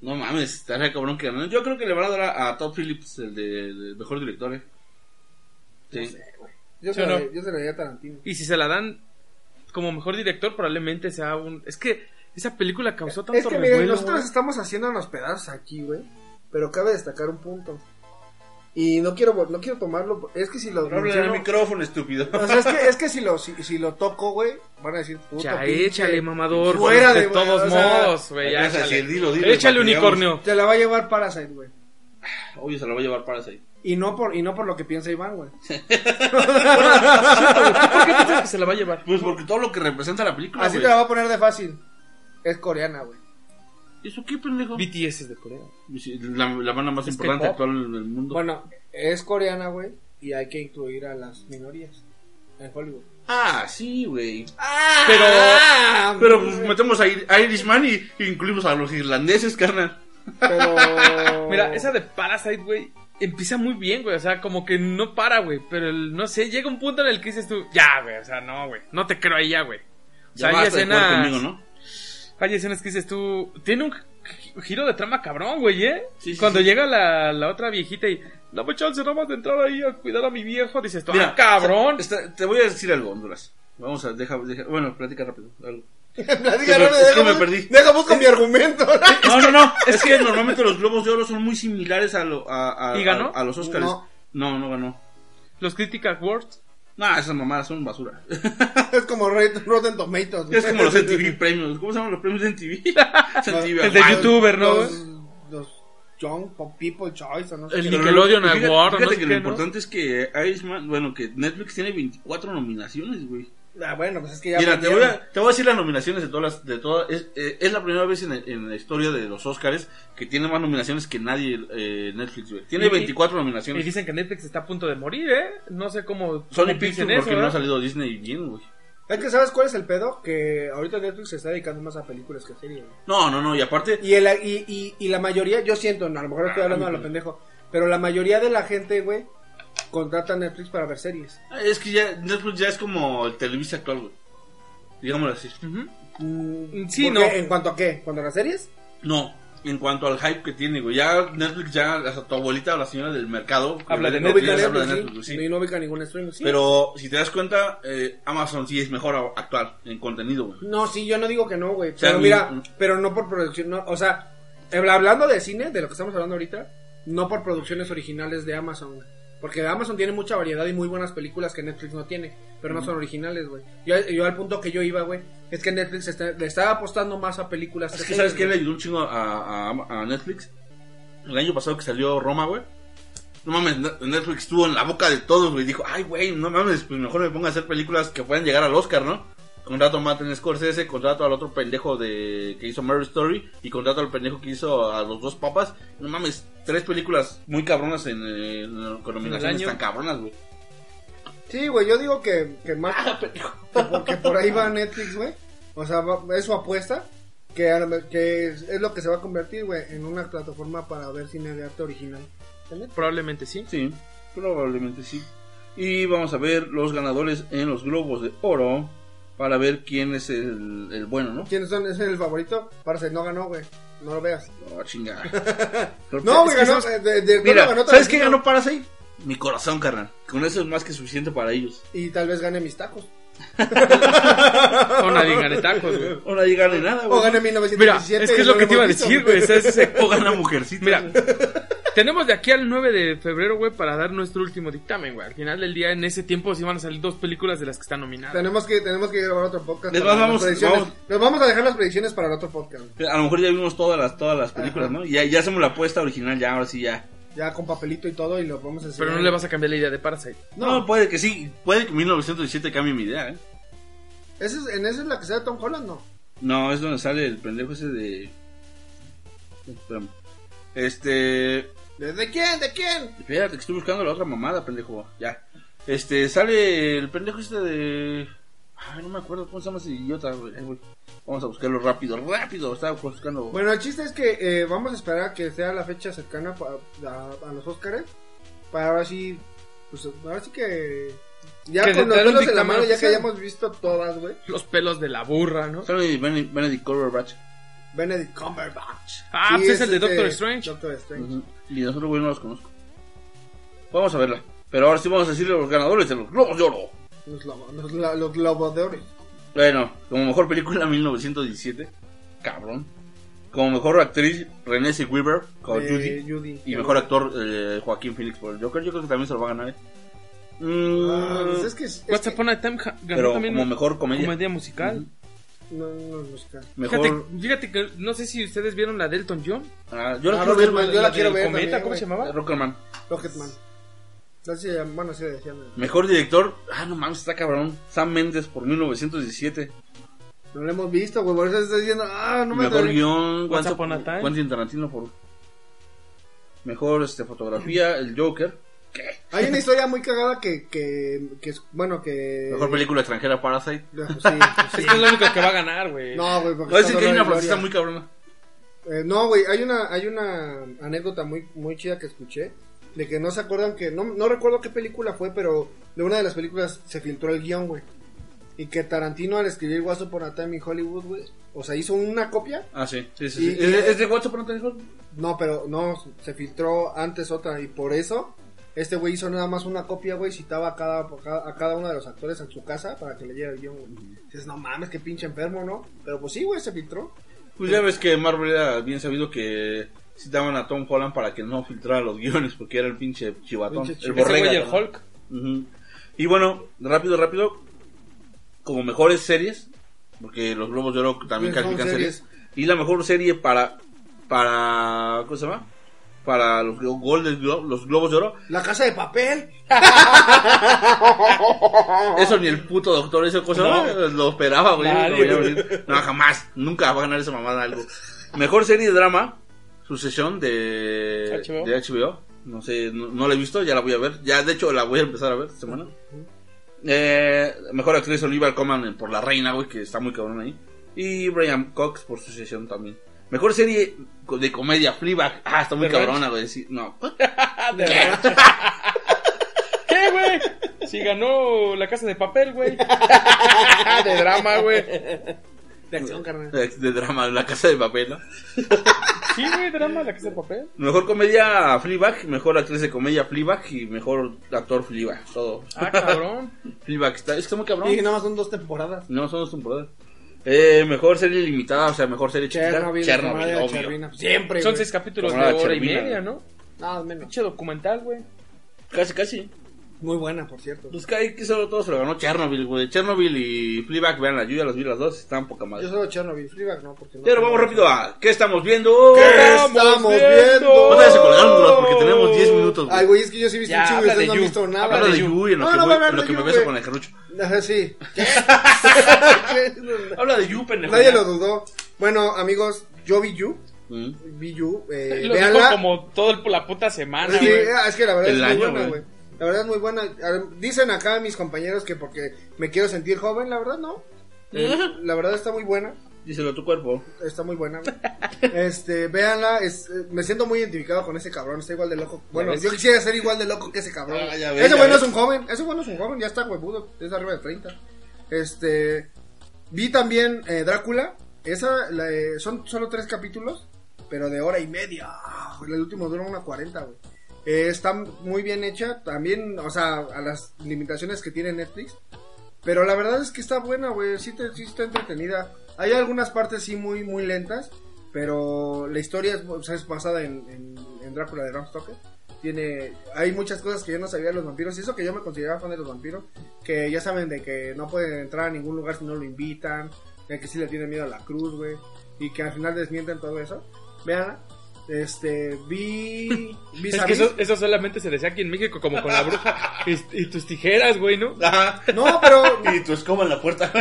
S1: No mames, estaría cabrón que ganó. Yo creo que le van a dar a, a Todd Phillips, el de, el mejor director, eh. Sí.
S2: Yo,
S3: ¿Sí
S2: se
S3: o
S2: la-
S3: no?
S2: yo se la veía a Tarantino.
S3: Y si se la dan como mejor director, probablemente sea un. Es que esa película causó tanto
S2: Es que
S3: revuelo.
S2: miren, nosotros
S3: güey.
S2: estamos haciéndonos pedazos aquí, güey. Pero cabe destacar un punto. Y no quiero, vol- no quiero tomarlo. Es que si lo.
S1: No hablen al
S2: menciono-
S1: micrófono, estúpido.
S2: o sea, es que, es que si, lo, si, si lo toco, güey, van a decir puto.
S3: Ya
S2: pinche-
S3: échale, mamador.
S2: Fuera
S3: de,
S2: de-
S3: todos
S2: o sea,
S3: modos, güey. ya
S1: Ya sabes, sí,
S3: échale.
S1: dilo, dilo,
S3: échale
S1: para que
S3: unicornio.
S2: Te la va a llevar Parasite, güey.
S1: Oye, se lo va a llevar para ahí.
S2: Y no por, y no por lo que piensa Iván, güey.
S3: ¿Por qué piensas que se la va a llevar?
S1: Pues porque todo lo que representa la película,
S2: Así
S1: güey.
S2: te la va a poner de fácil. Es coreana, güey.
S1: ¿Eso qué, pendejo?
S3: BTS es de Corea.
S1: Sí, La, la banda más
S3: Es
S1: importante
S3: K-pop.
S1: actual del mundo.
S2: Bueno, es coreana, güey. Y hay que incluir a las minorías en Hollywood.
S1: Ah, sí, güey.
S3: Pero-
S2: Ah,
S1: Pero
S2: güey.
S1: pues, metemos a Ir- a Irishman y y incluimos a los irlandeses, carnal.
S2: Pero-
S3: Mira, esa de Parasite, güey, empieza muy bien, güey. O sea, como que no para, güey. Pero el- no sé, llega un punto en el que dices tú, ya, güey. O sea, no, güey. No te creo ahí ya, güey. O
S1: Ya
S3: sea, hay
S1: basta de jugar
S3: escenas.
S1: conmigo, ¿no?
S3: Hay escenas que dices tú, tiene un gi- giro de trama cabrón, güey, ¿eh?
S1: Sí, sí,
S3: Cuando
S1: sí.
S3: llega la, la otra viejita y, dame chance nomás de entrar ahí a cuidar a mi viejo, dices tú,
S1: Mira,
S3: ah, cabrón.
S1: está- te voy a decir algo, Honduras. Vamos a, deja, deja- bueno, platica rápido. algo.
S2: Platica,
S1: Es que
S2: no,
S1: me-
S2: deja
S1: es que me
S2: bus-
S1: perdí.
S2: Deja busco mi argumento.
S1: No, no, no. Es que normalmente los globos de oro son muy similares a, lo, a, a-
S3: ¿Y ganó?
S1: a- a los Oscars.
S2: No.
S1: No. no, ganó.
S3: Los Critic Awards.
S1: No, esas mamadas son basura.
S2: es como Red- Rotten Tomatoes. güey.
S1: Es como los MTV premios. ¿Cómo se llaman los premios de
S2: No,
S1: MTV?
S3: el de
S1: Awards.
S3: YouTube. youtuber, ¿no,
S2: Los, los Young People Choice, o no sé.
S3: El-
S2: qué.
S1: Pero
S3: Nickelodeon
S1: no, fíjate-
S3: Award,
S1: Fíjate
S3: no sé
S1: que
S3: qué,
S1: lo
S3: ¿no?
S1: importante es que Irishman, bueno, que Netflix tiene 24 nominaciones, güey.
S2: Ah, bueno, pues es que ya.
S1: Mira, te voy,
S2: vendieron.
S1: a, te voy a decir las nominaciones de todas las, de todas, es, eh, es la primera vez en, en la historia de los Oscars que tiene más nominaciones que nadie eh, Netflix, güey. Tiene
S3: Y-
S1: 24
S3: Y
S1: nominaciones.
S3: dicen que Netflix está a punto de morir, ¿eh? No sé cómo.
S1: Sony
S3: cómo
S1: Pictures
S3: dicen
S1: porque
S3: eso, ¿eh?
S1: no ha
S3: ¿verdad?
S1: salido Disney bien, güey.
S2: Es que, ¿sabes cuál es el pedo? Que ahorita Netflix se está dedicando más a películas que a series. güey.
S1: No, no, no, y aparte,
S2: Y, el, y, y, y la mayoría, yo siento, no, a lo mejor
S1: Ah,
S2: estoy hablando a lo pendejo, pero la mayoría de la gente, güey, contrata a Netflix para ver series.
S1: es que ya Netflix ya es como el Televisa actual, güey. Digámoslo así.
S3: Ujú.
S2: Mm,
S3: Sí,
S2: ¿por
S3: no.
S2: qué? ¿En cuanto a qué? ¿Cuando a las series?
S1: No, en cuanto al hype que tiene, güey. Ya Netflix, ya hasta tu abuelita o la señora del mercado.
S3: Habla de
S1: que
S3: No
S2: No
S1: ve
S2: ubica
S1: Netflix,
S2: Netflix,
S1: habla de
S2: sí.
S1: Netflix, sí.
S2: Y no ubica ningún streaming. sí.
S1: Pero si te das cuenta, eh, Amazon sí es mejor a- actual en contenido, güey.
S2: No, sí, yo no digo que no, güey.
S1: sea,
S2: Pero
S1: ni-
S2: mira, pero no por producción. no, o sea, habla- hablando de cine, de lo que estamos hablando ahorita, no por producciones originales de Amazon. güey. Porque Amazon tiene mucha variedad y muy buenas películas que Netflix no tiene. Pero no son originales, güey. Yo, yo al punto que yo iba, güey, es que Netflix está- le está apostando más a películas.
S1: Es que sabes
S2: series,
S1: que le
S2: güey.
S1: ayudó un chingo a, a- a Netflix. El año pasado que salió Roma, güey. No mames, Ne- Netflix estuvo en la boca de todos, güey. Dijo, ay, güey, no mames, pues mejor me ponga a hacer películas que puedan llegar al Oscar, ¿no? Contrato a Martin Scorsese, contrato al otro pendejo de que hizo Mary Story y contrato al pendejo que hizo a los dos papas. No mames, tres películas muy cabronas en, eh, en- con nominaciones
S3: año.
S1: tan cabronas, güey.
S2: Sí, güey, yo digo que, que más.
S1: Ah,
S2: que por- que por ahí va Netflix, güey. O sea, va- es su apuesta. Que, a lo- que es, es lo que se va a convertir, güey, en una plataforma para ver cine de arte original.
S3: Probablemente sí.
S1: Sí, probablemente sí. Y vamos a ver los ganadores en los globos de oro para ver quién es el, el bueno, ¿no?
S2: ¿Quiénes son? ¿Es el favorito? Parece, no ganó, güey. No lo veas.
S1: Oh, chinga.
S2: No,
S1: Es
S2: güey,
S1: que
S2: ganó.
S1: sabes-
S2: eh, de- de-
S1: Mira,
S2: no ganó
S1: ¿sabes
S2: Tarantino.
S1: qué ganó Parasite? Mi corazón, carnal. Con eso es más que suficiente para ellos.
S2: Y tal vez gane mis tacos.
S3: No, nadie gane tacos, güey.
S1: O nadie gane nada,
S2: O
S1: güey.
S2: gane
S3: Mira,
S2: 1917.
S3: es que
S2: y
S3: es
S2: no
S3: lo que te iba a
S2: hemos visto,
S3: decir, güey. o sea, es ese-
S1: O gana mujercita.
S3: Mira, tenemos de aquí al 9 de febrero, güey, para dar nuestro último dictamen, güey. Al final del día, en ese tiempo, sí van a salir dos películas de las que están nominadas.
S2: Tenemos que, tenemos que grabar otro podcast.
S1: Les
S2: para
S1: vamos-
S2: las predicciones.
S1: vamos.
S2: Nos vamos a dejar las predicciones para el otro podcast. güey.
S1: Eh, A lo mejor ya vimos todas las, todas las películas,
S2: Ajá.
S1: ¿no? Ya, ya hacemos la apuesta original, ya, ahora sí, ya.
S2: Ya con papelito y todo y lo vamos a enseñar.
S3: Pero no le vas a cambiar la idea de Parasite.
S1: No, puede que sí. Puede que 1917 cambie mi idea, ¿eh?
S2: ¿Ese es, ¿En esa es la que sea Tom Holland? No.
S1: No, es donde sale el pendejo ese de. Espérame. Este.
S2: ¿De, de quién? ¿De quién?
S1: Espérate, que estoy buscando la otra mamada, pendejo. Ya. Este, sale el pendejo este de. Ay, no me acuerdo cómo se llama ese idiota, güey. Ay, güey. Vamos a buscarlo rápido, rápido. Estaba buscando.
S2: Bueno, el chiste es que eh, vamos a esperar a que sea la fecha cercana pa- a, a los Óscares. Para ahora sí. Pues ahora sí que. Ya
S3: Que
S2: con
S3: te
S2: los
S3: den un
S2: pelos en la
S3: dictamen
S2: mano, ya que
S3: oficial.
S2: hayamos visto todas, güey.
S3: Los pelos de la burra, ¿no?
S1: Sale Bene- Benedict Cumberbatch.
S2: Benedict Cumberbatch.
S3: Ah, pues es el de Doctor
S2: este,
S3: Strange.
S2: Doctor Strange.
S1: Ujú. Y nosotros, güey, no los conozco. Vamos a verla. Pero ahora sí vamos a decirle a los ganadores de los Globos de Oro.
S2: Los, lobo- los, la- los globos de oro.
S1: Bueno, como mejor película 1917, cabrón. Como mejor actriz Renée Zellweger como
S2: de
S1: Judy. Y mejor actor eh, Joaquín Phoenix por el Joker. Yo creo que también se lo va a ganar. eh. Mm,
S2: Ah, pues es que. es
S3: What's
S2: que-
S3: Upon a Time ja- ganó
S1: pero
S3: también
S1: como
S3: una
S1: mejor comedia.
S3: comedia musical.
S2: No, no, no, es que-
S1: Mejor.
S3: Fíjate, fíjate que no sé si ustedes vieron la de Elton John.
S1: Ah, yo la quiero
S2: Ah,
S1: ver,
S2: Rocketman,
S1: güey,
S2: yo la
S1: de
S2: quiero ver
S3: Cometa,
S2: también,
S3: ¿cómo
S2: güey.
S3: se llamaba?
S1: Rocketman.
S2: Rocketman. Así, bueno, sí, decía. No
S1: Mejor director. Ah, no mames, está cabrón. Sam Mendes por 1917.
S2: lo hemos visto, güey. Por eso está diciendo, ah, no me
S1: mejor
S2: duele.
S1: guión.
S3: Once
S1: Guanzo-
S3: Upon a Time.
S1: Quentin Tarantino por. Mejor este, fotografía, el Joker.
S2: Hay una historia muy cagada que, que, que es, bueno, que...
S1: Mejor película extranjera, Parasite.
S2: Ah, pues sí, pues
S3: Es
S2: sí.
S3: que es la única que va a ganar, güey.
S2: No, güey, porque
S1: No, es
S2: está
S1: que hay una
S2: Dolor y
S1: francesa
S2: Gloria.
S1: muy cabrona.
S2: Eh, no, güey, hay una, hay una anécdota muy, muy chida que escuché. De que no se acuerdan que. No, no recuerdo qué película fue, pero de una de las películas se filtró el guión, güey. Y que Tarantino al escribir Guaso por Time in Hollywood, güey. O sea, hizo una copia.
S1: Ah, sí. sí, sí,
S2: Y-
S1: sí. ¿Es, es de WhatsApp, no te dijo?
S2: No, pero no, se filtró antes otra. Y por eso, este güey hizo nada más una copia, güey. Citaba a cada, a cada- a cada uno de los actores en su casa para que leyera el guión, güey. Dices, no mames, qué pinche enfermo, ¿no? Pero pues sí, güey, se filtró.
S1: Pues ya ves que Marvel era bien sabido que citaban a Tom Holland para que no filtrara los guiones porque era el pinche chivatón.
S2: Pinche
S1: el
S2: chivatón.
S3: Ese
S1: borrega.
S3: güey, el
S1: ¿no?
S3: Hulk.
S1: Ujú. Y bueno, rápido, rápido. Como mejores series, porque los Globos de Oro también
S2: Pues son
S1: califican series.
S2: series.
S1: Y la mejor serie para. para ¿Cómo se llama? Para los Glo- Golden Glo- los Globos de Oro.
S2: La casa de papel.
S1: Eso ni el puto doctor, eso cosa
S3: No.
S1: lo esperaba, güey.
S3: Nadie,
S1: Lo veía
S3: güey.
S1: venir. No, jamás, nunca va a ganar esa mamada algo. Mejor serie de drama, sucesión de
S3: HBO.
S1: de HBO. No sé, no, no la he visto, ya la voy a ver. Ya, de hecho, la voy a empezar a ver esta semana. Eh, mejor actriz Oliver Coman por La Reina, güey, que está muy cabrón ahí. Y Brian Cox por Sucesión también. Mejor serie de comedia, Fleabag. Ah, está muy
S3: ¿De
S1: cabrona, güey. sí, no.
S3: Ah, de verdad. ¿Qué, güey? Si ganó la casa de papel, güey. De drama, güey.
S2: De acción, carnal.
S1: De, de drama, La Casa de Papel, ¿no?
S3: Sí, güey, drama, la casa de papel.
S1: Mejor comedia Fleabag, mejor actriz de comedia Fleabag y mejor actor Fleabag, todo.
S3: Ah, cabrón.
S1: Fleabag está, está muy cabrón.
S2: Y nada más son dos temporadas.
S1: No, son dos temporadas. Eh, mejor serie limitada, o sea, mejor serie chiquita.
S2: Chernobyl,
S1: Chernobyl,
S2: Chernobyl,
S1: obvio.
S2: Chernobyl. Siempre,
S3: Son
S2: güey.
S3: seis capítulos
S1: Como la
S3: de hora y
S1: Chervina,
S3: media,
S1: güey.
S3: ¿no?
S2: Nada menos.
S3: Pinche documental, güey.
S1: Casi, casi.
S2: Muy buena, por cierto.
S1: Pues que que solo todo se lo ganó Chernobyl, güey. Chernobyl y Fleabag, vean, yo ya las vi las dos, están poca
S2: Yo
S1: madre.
S2: solo Chernobyl, Fleabag no, porque no.
S1: Pero vamos rápido a ¿qué estamos viendo?
S2: ¿Qué? estamos
S1: No
S2: viendo?
S1: te vayas a colgar, Murat, porque tenemos 10 minutos. güey.
S2: Ay, güey, es que yo sí he visto
S3: Ya,
S2: un chingo y
S3: habla
S2: ustedes
S3: de
S2: no han
S3: You.
S2: visto nada.
S1: Habla de
S3: Yu.
S1: Yui en lo
S2: No,
S1: que,
S2: no
S1: voy-
S2: va a hablar
S1: en lo
S2: de
S1: que me
S2: Yu,
S1: beso
S2: güey.
S1: con el carrucho.
S2: Ajá, sí.
S1: Habla de Yu, pendejo.
S2: Nadie lo dudó. Bueno, amigos, yo vi You.
S1: Mm.
S2: Vi You. Eh,
S3: Lo dijo
S2: véanla.
S3: como toda el- la puta semana,
S2: Sí,
S3: güey.
S2: ah, es que la verdad
S1: El
S2: es
S1: año,
S2: muy buena,
S1: güey.
S2: güey. La verdad es muy buena. A ver, Dicen acá mis compañeros que porque me quiero sentir joven, la verdad no. Eh, La verdad está muy buena.
S1: Díselo a tu cuerpo.
S2: Está muy buena, güey. Este, véanla, es- eh, me siento muy identificado con ese cabrón, está igual de loco. Bueno,
S3: ves.
S2: yo quisiera ser igual de loco que ese cabrón.
S1: Ah, ya ves,
S2: ese
S1: ya
S2: bueno
S1: ves.
S2: es un joven, ese bueno es un joven, ya está huevudo, es arriba de 30. Este, vi también eh, Drácula, esa, la, eh, son solo tres capítulos, pero de hora y media. El último dura una 40, güey. Eh, está muy bien hecha, también, o sea, a las limitaciones que tiene Netflix. Pero la verdad es que está buena, güey. Sí, te- sí está entretenida. Hay algunas partes sí muy, muy lentas. Pero la historia es, o sea, es basada en, en- en Drácula de Bram Stoker. Tiene, hay muchas cosas que yo no sabía de los vampiros. Y eso que yo me consideraba fan de los vampiros. Que ya saben de que no pueden entrar a ningún lugar si no lo invitan. De que sí le tienen miedo a la cruz, güey. Y que al final desmienten todo eso. Vean, este, vi... vi
S3: Es que
S2: Samis.
S3: eso, eso solamente se decía aquí en México, como con la bruja. Y, y tus tijeras, güey, ¿no?
S2: No, pero...
S1: Y tu escoba en la puerta.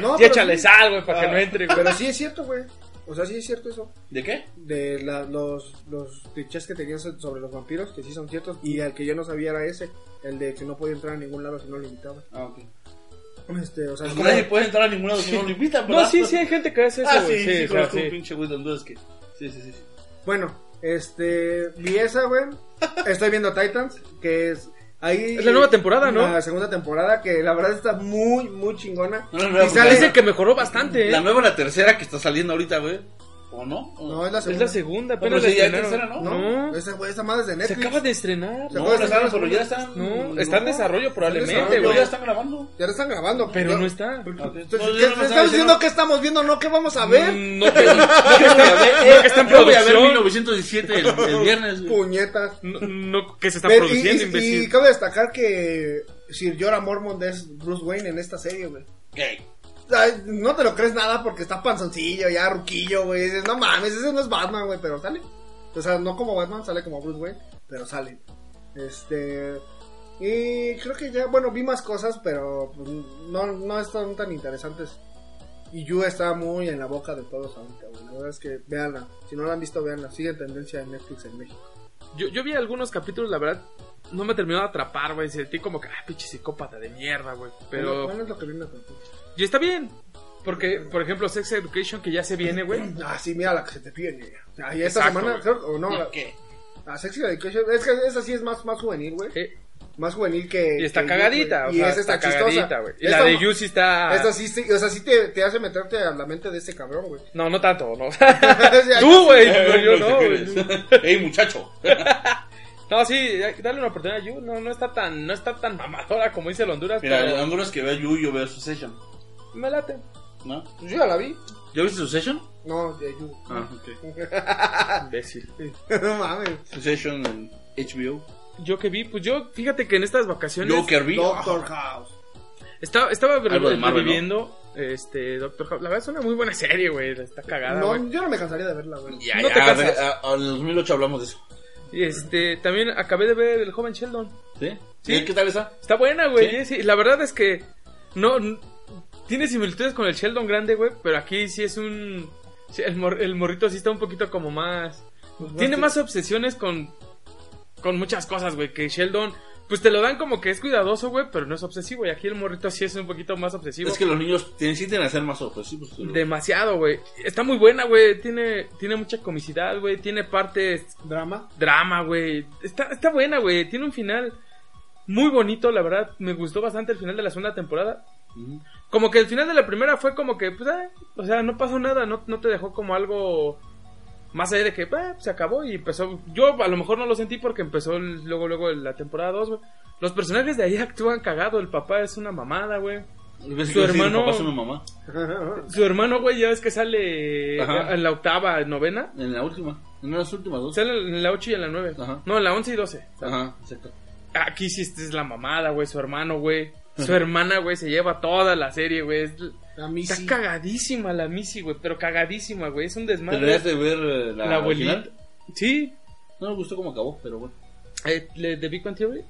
S2: No,
S3: y
S2: pero
S3: échale
S2: sí.
S3: sal, güey, para que no entre, güey.
S2: Pero sí es cierto, güey. O sea, sí es cierto eso.
S1: ¿De qué?
S2: de la- los, los clichés que tenían so- sobre los vampiros, que sí son ciertos, y al que yo no sabía era ese, el de que no podía entrar a ningún lado si no lo invitaban.
S1: Ah, ok.
S2: Este, o sea, es como-
S1: Nadie puede entrar a ningún lado si no lo invitan,
S3: No, sí, sí, hay gente que hace eso,
S1: Ah, sí,
S3: güey. sí,
S1: sí,
S3: o sea,
S1: conozco un
S3: sí.
S1: pinche güey de Honduras que... Sí, sí, sí.
S2: bueno, este, vi esa, güey, estoy viendo Titans, que es ahí...
S3: Es la nueva temporada, ¿no?
S2: La segunda temporada, que la verdad está muy, muy chingona.
S1: No, no, no,
S2: y sale...
S3: Dicen que mejoró bastante, ¿eh?
S1: La nueva, la tercera que está saliendo ahorita, güey.
S4: ¿O no? ¿O-
S2: No, es la
S3: Es
S2: segunda.
S3: la segunda,
S4: pero
S3: apenas
S4: sí,
S3: la
S4: ya hay
S3: estrenaron.
S4: tercera, ¿no?
S3: No,
S2: Esa, güey, esa madre es de
S3: se
S2: Netflix.
S3: acaba de estrenar.
S4: No,
S3: No,
S4: no están, pero ya están.
S3: está en desarrollo probablemente,
S2: desarrollo,
S4: Pero
S3: güey.
S4: ya están grabando.
S2: Ya la están grabando.
S3: Pero
S2: Yo-
S3: no está.
S2: Entonces,
S4: No, ya
S2: ¿qué-
S4: no me sabe
S2: te estamos
S4: si
S2: diciendo
S4: no.
S2: que estamos viendo, no que vamos a ver.
S3: Mm, No que, no que está, no que está en
S1: Yo voy a ver
S3: producción.
S1: 1917 el, el viernes.
S3: Mm.
S1: güey.
S2: Puñetas.
S3: No, no que se está
S2: Ve, y-
S3: produciendo,
S2: y, y,
S3: imbécil.
S2: cabe destacar que Sir Jorah Mormont es Bruce Wayne en esta serie, güey.
S4: ¿Qué?
S2: Ay, No te lo crees nada porque está panzoncillo, ya ruquillo, güey. Dices, No mames, ese no es Batman, güey, pero sale. O sea, no como Batman, sale como Bruce Wayne, pero sale. Este. Y creo que ya, bueno, vi más cosas, pero pues, no, no están tan interesantes. Y Yu está muy en la boca de todos ahorita, güey. La verdad es que véanla. Si no la han visto, véanla. Sigue en tendencia en Netflix en México.
S3: Yo, yo vi algunos capítulos, la verdad, no me terminó de atrapar, güey. Sentí como que, ah, pinche psicópata de mierda, güey.
S2: Bueno,
S3: Pero.
S2: bueno, es lo que viene a
S3: Y está bien. Porque, por ejemplo, Sex Education, que ya se viene, güey.
S2: Ah, sí, mira la que se te pide. Ahí esta
S3: Exacto,
S2: semana,
S3: güey.
S2: creo, o no, la,
S4: ¿Qué?
S2: la Sex Education. Es que esa sí es más, más juvenil, güey.
S3: Eh,
S2: más juvenil que.
S3: y está
S2: que
S3: cagadita,
S2: Yu,
S3: o
S2: güey. Y
S3: sea,
S2: esa
S3: está
S2: está, chistosa.
S3: cagadita, güey. Y
S2: Esta-
S3: la de You sí está.
S2: Esta sí, sí, o sea, sí te, te hace meterte a la mente de ese cabrón, güey.
S3: No, no tanto, no.
S2: O sea,
S3: Tú, güey,
S4: Eh, no
S3: yo no,
S4: sé
S3: güey.
S4: qué eres. Ey, muchacho.
S3: No, sí, dale una oportunidad a You. No, no está tan, no está tan mamadora como dice el Honduras,
S4: Mira,
S3: pero
S4: Honduras que vea Yu, yo veo Succession.
S3: me late.
S4: ¿No?
S2: Yo ya la vi.
S1: ¿Ya viste Succession?
S2: No, de Yu.
S1: Ah, ok.
S3: Ah, Imbécil.
S2: no mames.
S1: Succession en HBO.
S3: Yo que vi, pues yo, fíjate que en estas vacaciones
S1: Yo Kirby.
S2: Doctor House.
S3: estaba, estaba re-
S1: Algo de Marvel,
S3: reviviendo este Doctor House. La verdad es una muy buena serie, güey. Está cagada,
S2: No,
S3: güey.
S2: yo no me cansaría de verla, güey.
S1: Ya,
S3: No te
S1: ya,
S3: cansas.
S1: ve, a- a- en el 2008 hablamos de eso.
S3: Y este, también acabé de ver El joven Sheldon.
S1: ¿Sí?
S3: Sí.
S1: ¿Y ¿Qué tal está?
S3: Está buena, güey.
S1: ¿Sí?
S3: ¿Sí? la verdad es que no n- tiene similitudes con el Sheldon grande, güey, pero aquí sí es un sí, el, mor- el morrito sí está un poquito como más tiene más obsesiones con con muchas cosas, güey, que Sheldon pues te lo dan como que es cuidadoso, güey, pero no es obsesivo. Y aquí el morrito sí es un poquito más obsesivo.
S1: Es que los niños te necesitan hacer más obsesivos. pero-
S3: Demasiado, güey. Está muy buena, güey. Tiene, tiene mucha comicidad, güey. Tiene partes
S2: Drama.
S3: drama, güey. Está, está buena, güey. Tiene un final muy bonito, la verdad. Me gustó bastante el final de la segunda temporada.
S1: Ujú.
S3: Como que el final de la primera fue como que, pues, ah, o sea, no pasó nada, no, no te dejó como algo más allá de que, ah, pues, se acabó y empezó. Yo a lo mejor no lo sentí porque empezó el- luego, luego la temporada 2, güey. Los personajes de ahí actúan cagado, el papá es una mamada, güey.
S1: Ves
S3: Su
S1: que decir,
S3: hermano-
S1: Papá es una mamá.
S3: Su hermano, güey, ya ves que sale
S1: Ajá.
S3: en la octava, novena.
S1: En la última. En las últimas dos.
S3: Sale en la 8 y en la 9.
S1: Ajá.
S3: No, en la 11 y 12.
S1: Ajá, exacto.
S3: Aquí sí esta es la mamada, güey, su hermano, güey. Su hermana, güey, se lleva toda la serie, güey. Es-
S2: A mí
S3: Está
S2: sí.
S3: cagadísima la Missy, güey, pero cagadísima, güey. Es un
S1: Deberías
S3: desmadre.
S1: de ver eh, la,
S3: La abuelita.
S1: original.
S3: Sí.
S1: No me gustó cómo acabó, pero bueno.
S3: Eh, ¿le- ¿De Big Bang Theory?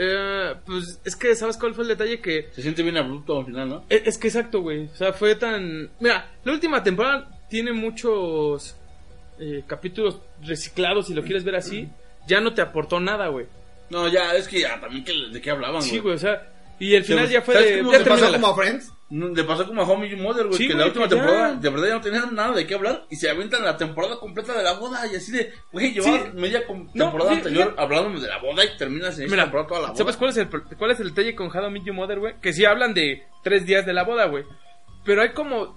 S3: Eh, pues es que, ¿sabes cuál fue el detalle? Que e,
S1: Se siente bien abrupto al final, ¿no?
S3: Es, es que exacto, güey. O sea, fue tan. Mira, la última temporada tiene muchos eh, capítulos reciclados, si lo quieres ver así. Ya no te aportó nada, güey.
S1: No, ya, es que ya también que- de qué hablaban,
S3: Sí, güey, o sea. Y el final ya fue
S1: pues, ¿Sabes
S3: de.
S1: cómo
S3: ya
S1: me
S2: ¿Te pasó
S3: termínala.
S2: como a Friends?
S1: No, Le pasó como a Homie Mother, güey,
S3: Sí,
S1: que
S3: güey,
S1: la última
S3: que ya.
S1: temporada, de verdad ya no tenían nada de qué hablar y se avientan la temporada completa de la boda y así de, güey, llevaba
S3: Sí.
S1: media com-
S3: No,
S1: temporada
S3: fí-
S1: anterior
S3: fíjate.
S1: hablándome de la boda y terminas en esta
S3: Mira,
S1: temporada toda la boda.
S3: ¿sabes cuál es, el, pro- cuál es el detalle con How I Met Your Mother, güey? Que sí hablan de tres días de la boda, güey. Pero hay como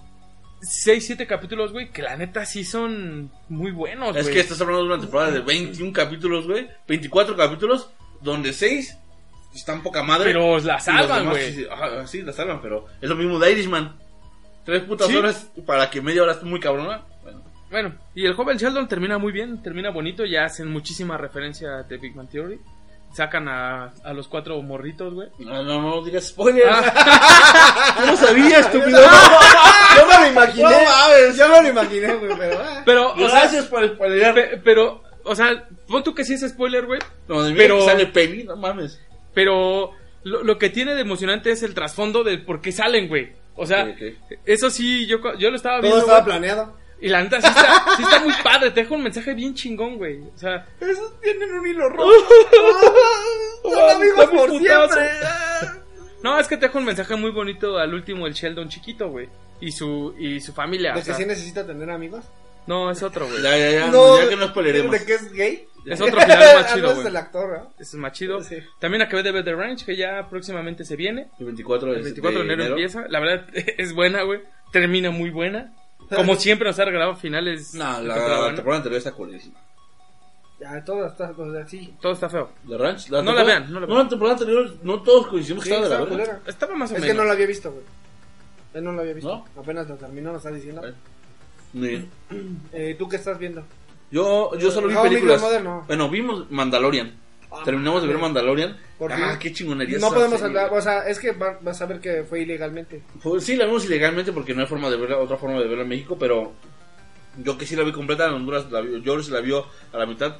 S3: seis, siete capítulos, güey, que la neta sí son muy buenos,
S1: Es
S3: güey.
S1: que estás hablando de una temporada de 21 capítulos, güey, 24 capítulos, donde 6 están poca madre.
S3: Pero la
S1: y los
S3: salvan,
S1: demás
S3: güey.
S1: Sí, sí, ajá, sí, la salvan, pero es lo mismo de Irishman. Tres putas
S3: Sí.
S1: horas para que media hora esté muy cabrona. Bueno,
S3: Bueno, y el joven Sheldon termina muy bien, termina bonito, ya hacen muchísima referencia a The Big Man Theory. Sacan a, a los cuatro morritos, güey.
S1: no, no, no digas spoilers.
S3: Ah,
S1: no sabía, estúpido.
S2: Yo me lo imaginé. Yo me lo imaginé, güey, pero. ah.
S3: pero, o sea,
S1: Gracias por spoilear.
S3: pe- pero, o sea, pon tú que sí es spoiler, güey,
S1: No, de pero
S3: Pero-
S1: sale Penny, no mames.
S3: pero lo, lo que tiene de emocionante es el trasfondo del por qué salen, güey. O sea,
S1: Ok,
S3: eso sí, yo, cu- yo lo estaba
S2: Todo
S3: viendo,
S2: estaba
S3: güey,
S2: planeado.
S3: y la neta sí está, sí está muy padre, te deja un mensaje bien chingón, güey. O sea,
S2: Esos tienen un hilo rojo. Son amigos
S3: Dame un
S2: por
S3: putazo.
S2: siempre.
S3: no, es que te deja un mensaje muy bonito al último, el Sheldon chiquito, güey. Y su, y su familia. o
S2: ¿De que
S3: sea.
S2: sí necesita tener amigos?
S3: No, es otro, güey.
S1: Ya, ya, ya, ya que no spoileremos.
S2: ¿De que es gay?
S3: Es otro final más
S2: Ah, no,
S3: chido,
S2: es
S3: güey.
S2: el actor, ¿no?
S3: Ese Es más chido.
S2: Sí.
S3: También acabé de ver The Ranch, que ya próximamente se viene.
S1: El 24
S3: El 24 de enero,
S1: empieza
S3: empieza. La verdad es buena, güey. Termina muy buena. Como siempre nos ha regalado finales.
S1: No,
S3: de
S1: la
S3: temporada, ¿no?
S1: temporada anterior está colísima.
S2: Ya, todo está todo así.
S3: Todo está feo.
S1: La Ranch.
S3: No la
S1: temporada-
S3: vean, no la vean.
S1: temporada anterior no todos coincidimos que
S2: Sí,
S1: estaba de la
S2: estaba
S1: verga.
S2: culera.
S3: Estaba más o
S2: Es que
S3: menos.
S2: no lo había visto, güey. Él no lo había visto.
S1: ¿No?
S2: Apenas lo terminó, lo está diciendo.
S1: Bueno. Muy bien.
S2: Eh, ¿Tú qué estás viendo? Ah,
S1: Yo, yo solo vi
S2: How I Met Your
S1: películas.
S2: Mother, no.
S1: Bueno, vimos Mandalorian.
S2: Ah,
S1: Terminamos de ver
S2: madre.
S1: Mandalorian.
S2: ¿Por
S1: ah,
S2: qué?
S1: qué chingonería.
S2: No
S1: esa
S2: podemos
S1: serie.
S2: hablar, o sea, es que va- vas a ver que fue ilegalmente.
S1: Pues sí, la vimos ilegalmente porque no hay forma de verla, otra forma de verla en México, pero yo que sí la vi completa en Honduras, la vi- George la vio a la mitad.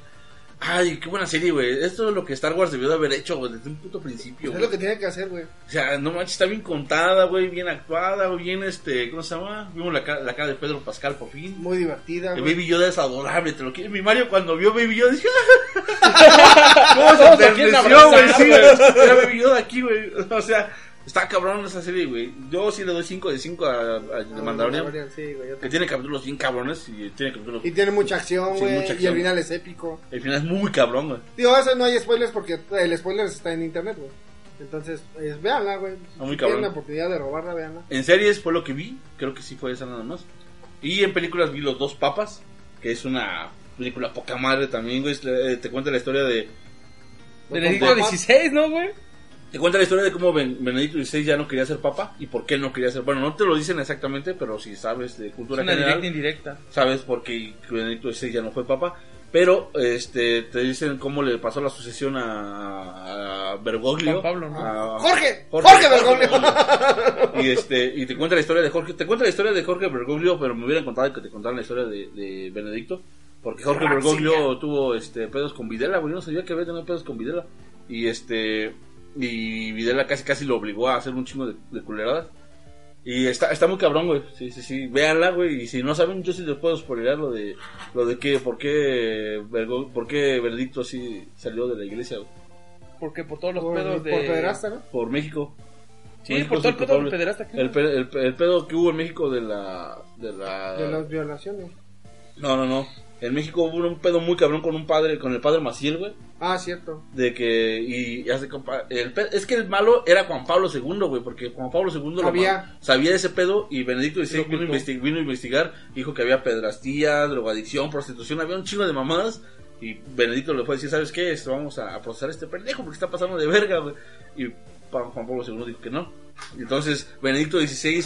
S1: Ay, qué buena serie, güey. Esto es lo que Star Wars debió de haber hecho, güey, desde un puto principio.
S2: Pues Es
S1: güey.
S2: lo que tiene que hacer, güey.
S1: O sea, no manches, está bien contada, güey, bien actuada, güey, bien este, ¿cómo se llama? Vimos la, ca- la cara de Pedro Pascal por fin.
S2: Muy divertida.
S1: El
S2: Ah, güey.
S1: Baby Yoda es adorable, te lo quiero. Mi Mario cuando vio Baby Yoda dije, "Ah,
S3: Todos aquí en
S1: enterneció, güey,
S3: abrazar,
S1: sí,
S3: güey.
S1: güey. Era Baby Yoda aquí, güey. O sea, está cabrón esa serie, güey. Yo sí le doy 5 de 5 a, a
S2: Ah,
S1: Mandalorian.
S2: Mandalorian, sí, güey, yo
S1: Que
S2: también.
S1: tiene capítulos bien cabrones y tiene capítulos...
S2: Y tiene mucha acción,
S1: Sí,
S2: güey.
S1: mucha
S2: y
S1: acción.
S2: el final es épico.
S1: El final es muy cabrón, güey.
S2: Digo, eso no hay spoilers porque el spoiler está en internet, güey. Entonces, eh, véanla, güey.
S1: Ah, muy cabrón.
S2: Si tienen la oportunidad de robarla, véanla.
S1: En series fue lo que vi, creo que sí fue esa nada más. Y en películas vi Los Dos Papas, que es una película poca madre también, güey. Es la- eh, Te cuenta la historia de.
S3: Del Benedicto
S1: de-
S3: 16, ¿no, güey?
S1: Te cuenta la historia de cómo Ben- Benedicto XVI ya no quería ser papa y por qué no quería ser. Bueno, no te lo dicen exactamente, pero si sabes de
S3: Es
S1: cultura
S3: una
S1: general,
S3: directa indirecta.
S1: sabes por qué Benedicto XVI ya no fue papa. Pero este te dicen cómo le pasó la sucesión a, a Bergoglio.
S3: Juan Pablo, ¿no?
S1: a-
S2: ¡Jorge! ¡Jorge Bergoglio!
S1: y este y te cuenta la historia de Jorge te cuenta la historia de Jorge Bergoglio pero me hubieran contado que te contaran la historia de, de Benedicto
S3: Ah,
S1: porque Jorge Bergoglio tuvo este pedos con Videla güey yo no sabía que había tenido pedos con Videla y este y Videla casi casi lo obligó a hacer un chingo de, de culeradas y está, está muy cabrón, güey. Sí, sí, sí. Véanla, güey. Y si no saben, yo sí les puedo spoilear lo de, lo de que, por qué, Bergo- por qué Benedicto sí salió de la iglesia, güey.
S3: Porque por todos los
S2: Por-
S3: pedos de.
S2: Por pederasta, ¿no?
S1: Por México.
S3: Sí,
S1: México
S3: por
S1: es
S3: todo
S1: el
S3: el pedo
S1: culpable.
S3: del pederasta. que-
S1: El, pe- el pe- el pedo que hubo en México de la, de la...
S2: De las violaciones.
S1: No, no, no. En México hubo un pedo muy cabrón con un padre, con el padre Maciel, güey.
S2: Ah, cierto.
S1: De que... Y, y hace compa- el pe- Es que el malo era Juan Pablo II, güey. Porque Juan Pablo II lo
S2: Sabía.
S1: ma- sabía de ese pedo y Benedicto XVI
S3: Lo
S1: vino, a
S3: ocultó.
S1: investi- vino a investigar. Dijo que había pedrastía, drogadicción, prostitución. Había un chingo de mamadas. Y Benedicto le fue a decir, ¿sabes qué? Esto, vamos a, a procesar a este pendejo porque está pasando de verga, güey. Y pa- Juan Pablo II dijo que no. Entonces, Benedicto XVI...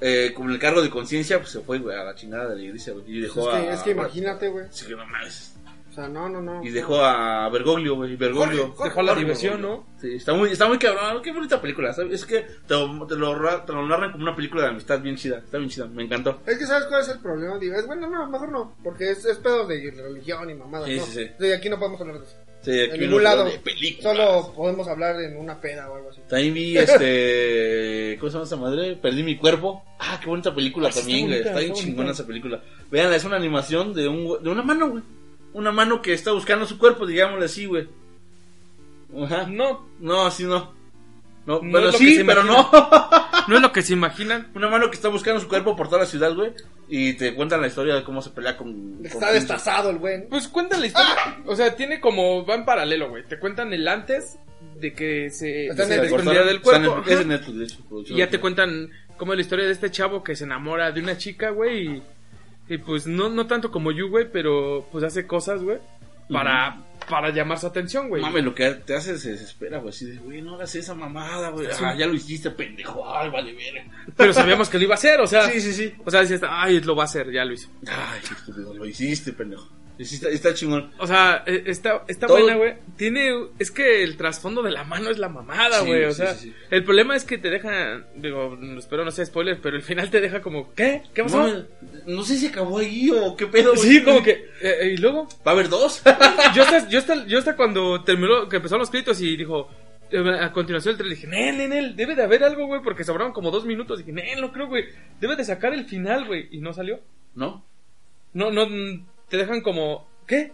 S1: eh, con el cargo de conciencia, pues se fue güey, a la chingada de la iglesia güey, y
S2: Es
S1: dejó
S2: que,
S1: a.
S2: es que imagínate, güey.
S1: Sí, que no mames.
S2: O sea, no, no, no.
S1: Y dejó a Bergoglio, güey. Bergoglio.
S2: Jorge,
S3: Dejó la diversión, ¿no?
S1: Sí, está muy, está muy cabrón. Qué bonita película. ¿sabes? Es que te, lo- te lo, ra- te lo narran como una película de amistad bien chida. Está bien chida. Me encantó.
S2: Es que sabes cuál es el problema, digo, es bueno, no, mejor no, porque es, es pedo de religión y mamadas,
S1: Sí,
S2: ¿no?
S1: sí, sí.
S2: De aquí no podemos hablar de eso.
S1: Sí, aquí
S2: En
S1: uno
S2: ningún
S1: habla
S2: lado.
S1: de películas.
S2: Solo podemos hablar en una peda o algo así.
S1: También vi este. ¿Cómo se llama esa madre? Perdí mi cuerpo. Ah, qué bonita película
S3: Ah, sí,
S1: también,
S3: está
S1: güey.
S3: bonita,
S1: Está bien
S3: está
S1: chingona
S3: bonita.
S1: esa película. Veanla, es una animación de, un, güe- de una mano, güey. Una mano que está buscando su cuerpo, digámosle así, güey. Ajá.
S3: No,
S1: No, así no. No,
S3: No
S1: pero
S3: es lo que
S1: sí,
S3: se
S1: pero
S3: imagina.
S1: no.
S3: no es lo que se imaginan.
S1: Una mano que está buscando su cuerpo por toda la ciudad, güey. Y te cuentan la historia de cómo se pelea con. con
S2: Está destazado el güey. ¿no?
S3: Pues cuentan la historia. O sea, tiene como. Va en paralelo, güey. Te cuentan el antes de que se,
S2: Está en
S3: se
S2: el-
S3: desprendiera del
S1: Está en
S3: cuerpo.
S1: el- es
S3: ajá.
S1: en Netflix, de hecho, producción.
S3: Y ya te cuentan como la historia de este chavo que se enamora de una chica, güey. Y, y, pues no, no tanto como you, güey, pero pues hace cosas, güey. Para, para llamar su atención, güey.
S1: Mames, lo que te hace se desespera, güey. Así de, güey, no hagas esa mamada, güey. Ah, ya lo hiciste, pendejo. Ay, vale, verga.
S3: Pero sabíamos que lo iba a hacer, o sea.
S1: Sí, sí, sí.
S3: O sea, decías, ay, lo va a hacer, ya lo hizo.
S1: Ay, qué estúpido, lo hiciste, pendejo. Sí, Está, está chingón.
S3: O sea, eh, está, está
S1: Todo-
S3: buena, güey. Tiene. Es que el trasfondo de la mano es la mamada,
S1: Sí,
S3: güey. o
S1: sí,
S3: sea,
S1: sí, sí.
S3: el problema es que te deja. Digo, espero no sea spoiler, pero el final te deja como, ¿qué? ¿Qué pasó?
S1: Mames, no sé si acabó ahí o qué pedo, güey.
S3: sí, como que. eh, ¿Y luego?
S1: ¿Va a haber dos?
S3: yo hasta, yo hasta, yo hasta cuando terminó, que empezaron los créditos y dijo, eh, a continuación el trailer, dije, Nel, Nel, Nel, debe de haber algo, güey, porque sobraron como dos minutos. Dije, Nel, no creo, güey, debe de sacar el final, güey. Y no salió.
S1: ¿No?
S3: No, no, mm, te dejan como, ¿qué?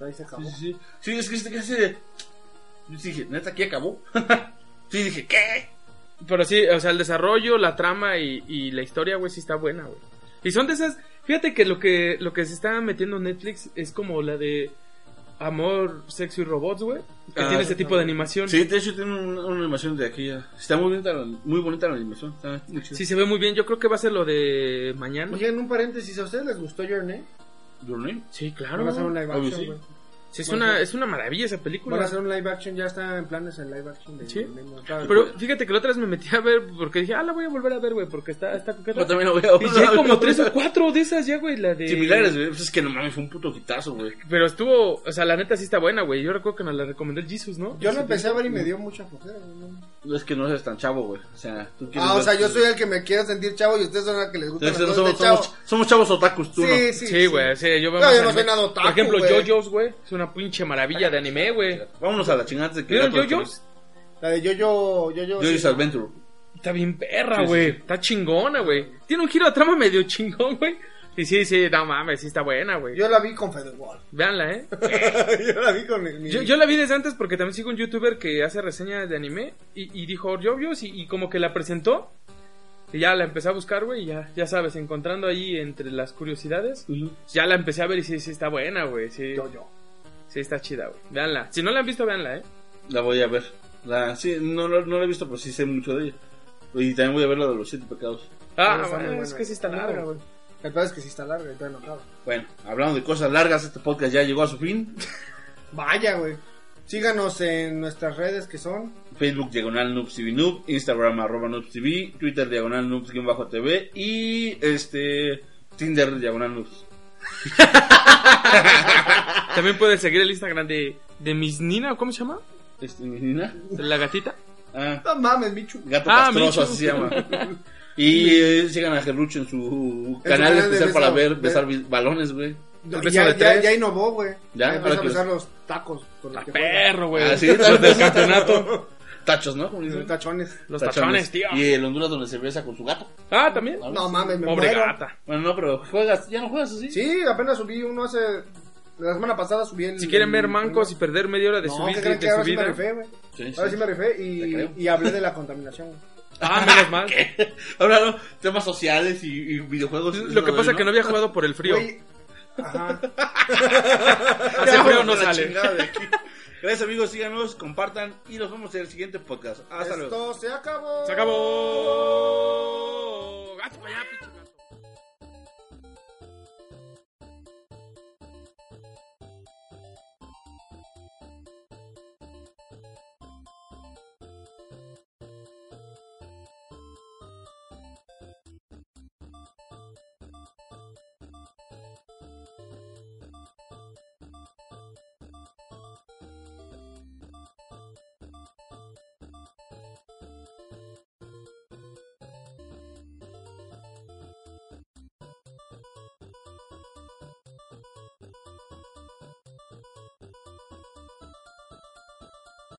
S2: Ahí se acabó.
S1: Sí, sí, sí. Sí, es que este que así de. Yo sí dije, neta, aquí acabó. sí, dije, ¿qué?
S3: Pero sí, o sea, el desarrollo, la trama y, y la historia, güey, sí está buena, güey. Y son de esas, fíjate que lo que, lo que se está metiendo Netflix es como la de... Amor, Sexo y Robots, güey. Que
S1: Ah,
S3: tiene
S1: sí,
S3: ese tipo de animación.
S1: Sí, de hecho tiene un- una animación de aquí. ya. Está muy bonita, la- muy bonita la animación. Está muy chida.
S3: Sí, se ve muy bien. Yo creo que va a ser lo de mañana.
S2: Oigan, un paréntesis, ¿a ustedes les gustó Your Name?
S1: Your Name.
S3: Sí,
S2: Van a hacer
S3: claro.
S2: un live
S1: obvio,
S2: action,
S1: sí.
S2: güey.
S3: Sí, es, una, es una maravilla esa película.
S2: Van a hacer un live action, ya está en planes el live action de
S3: Sí.
S2: Your Name, está-
S3: Pero fíjate que la otra vez me metí a ver porque dije, ah, la voy a volver a ver, güey, porque está, está coqueta.
S1: Yo también la voy a
S3: Y ya hay como tres o cuatro de esas ya, güey, la de...
S1: Similares, güey. Pues es que no mames, fue un puto quitazo, güey.
S3: Pero estuvo, o sea, la neta sí está buena, güey. Yo recuerdo que nos la recomendó el Jesus, ¿no?
S2: Yo lo empecé a ver y
S1: Mm.
S2: me dio mucha flojera, güey, no.
S1: Es que no seas tan chavo, güey. O sea, tú quieres.
S2: Ah, o
S1: ver-
S2: sea, yo soy el que me quiero sentir chavo y ustedes son los que les gustan
S1: Entonces,
S2: las
S1: no
S2: cosas
S1: somos,
S2: de chavo.
S1: somos, somos chavos otakus, tú no.
S2: Sí, sí,
S3: Sí, güey, sí, yo veo
S2: No,
S3: más
S2: yo no
S3: anime.
S2: soy nada otaku,
S3: Por ejemplo,
S2: güey.
S3: JoJo's, güey, es una pinche maravilla de anime, güey.
S1: Vámonos a la chingada antes de que.
S3: ¿Vieron
S1: ya todo
S3: JoJo's?
S2: La de Yo-Yo, Yo-Yo.
S1: Yo
S2: sí.
S1: hice Adventure.
S3: Está bien
S1: Sí,
S3: perra,
S1: sí,
S3: güey. Está chingona, güey. Tiene un giro de trama medio chingón, güey. Y sí, sí, no mames, sí está buena, güey.
S2: Yo la vi con Federwall.
S3: Veanla, ¿eh?
S2: yo la vi con mi- mi-
S3: Yo, yo la vi desde antes porque también sigo un youtuber que hace reseñas de anime y, y dijo Oriobios y, y como que la presentó y ya la empecé a buscar, güey, y ya, ya sabes, encontrando ahí entre las curiosidades, ya la empecé a ver y sí, sí está buena, güey, sí,
S2: Yo-Yo.
S3: sí está chida, güey. Veanla. Si no la han visto, veanla, ¿eh?
S1: La voy a ver. La, sí, no, no, no la he visto, pero sí sé mucho de ella. Y también voy a ver la de los siete pecados.
S3: Ah,
S2: está
S3: bueno,
S2: muy
S3: es
S2: buena.
S3: que sí está
S2: Muy
S3: larga,
S2: buena.
S3: güey.
S2: El pedo es que sí está larga y todavía no acaba.
S1: Bueno, hablando de cosas largas, este podcast ya llegó a su fin.
S2: Vaya, güey. Síganos en nuestras redes que son.
S1: Facebook diagonal Noobs TV Noob, Instagram arroba Noobs TV, Twitter diagonal Noobs guión bajo TV y este Tinder diagonal Noobs.
S3: También puedes seguir el Instagram de, de Miss Nina, ¿cómo se llama?
S1: Este, ¿Nina?
S3: La gatita.
S1: Ah,
S2: No mames, Michu.
S1: gato
S3: Ah,
S1: castroso,
S3: Michu.
S1: así se llama. Y eh, sigan a Gerrucho en su canal
S2: canal de
S1: especial para
S2: beso-
S1: ver
S2: de-
S1: besar bi- balones, güey.
S2: No,
S3: Empezó
S2: ya,
S3: de
S2: ya,
S3: tres.
S2: ya innovó, güey.
S1: Ya,
S2: Ya empezó
S1: ahora
S2: a
S1: que
S2: besar los tacos. Con los que juega.
S3: Perro, güey.
S1: Ah, sí,
S3: Los del campeonato.
S1: Tachos, ¿no? Como
S2: Los
S1: dicen.
S2: tachones.
S3: Los tachones, tío.
S1: Y el Honduras donde se besa con su gato.
S3: Ah, también.
S1: A ver
S2: No
S1: si-
S2: mames, me
S3: Pobre
S2: muero.
S3: gata.
S1: Bueno, no, pero juegas, ya no juegas así.
S2: Sí, apenas subí uno hace. La semana pasada subí el.
S3: Si quieren ver
S2: el-
S3: mancos y perder media hora de
S2: no,
S3: su vida,
S2: ¿qué creen
S3: de
S2: que
S3: su
S2: ahora sí me
S3: vida.
S2: rifé, güey?
S1: Sí, sí.
S2: Ahora sí me rifé
S1: Te creo.
S2: y, y hablé de la contaminación. güey.
S3: Ah, menos mal.
S1: Ahora no, temas sociales y, y videojuegos.
S3: Lo que pasa es que no había jugado por el frío.
S2: Güey, Ajá.
S3: Hace frío no sale.
S1: Gracias amigos, síganos, compartan y nos vemos en el siguiente podcast. Ah, Hasta luego.
S2: Esto se acabó.
S3: Se acabó. Oh, Gato para allá, pinche.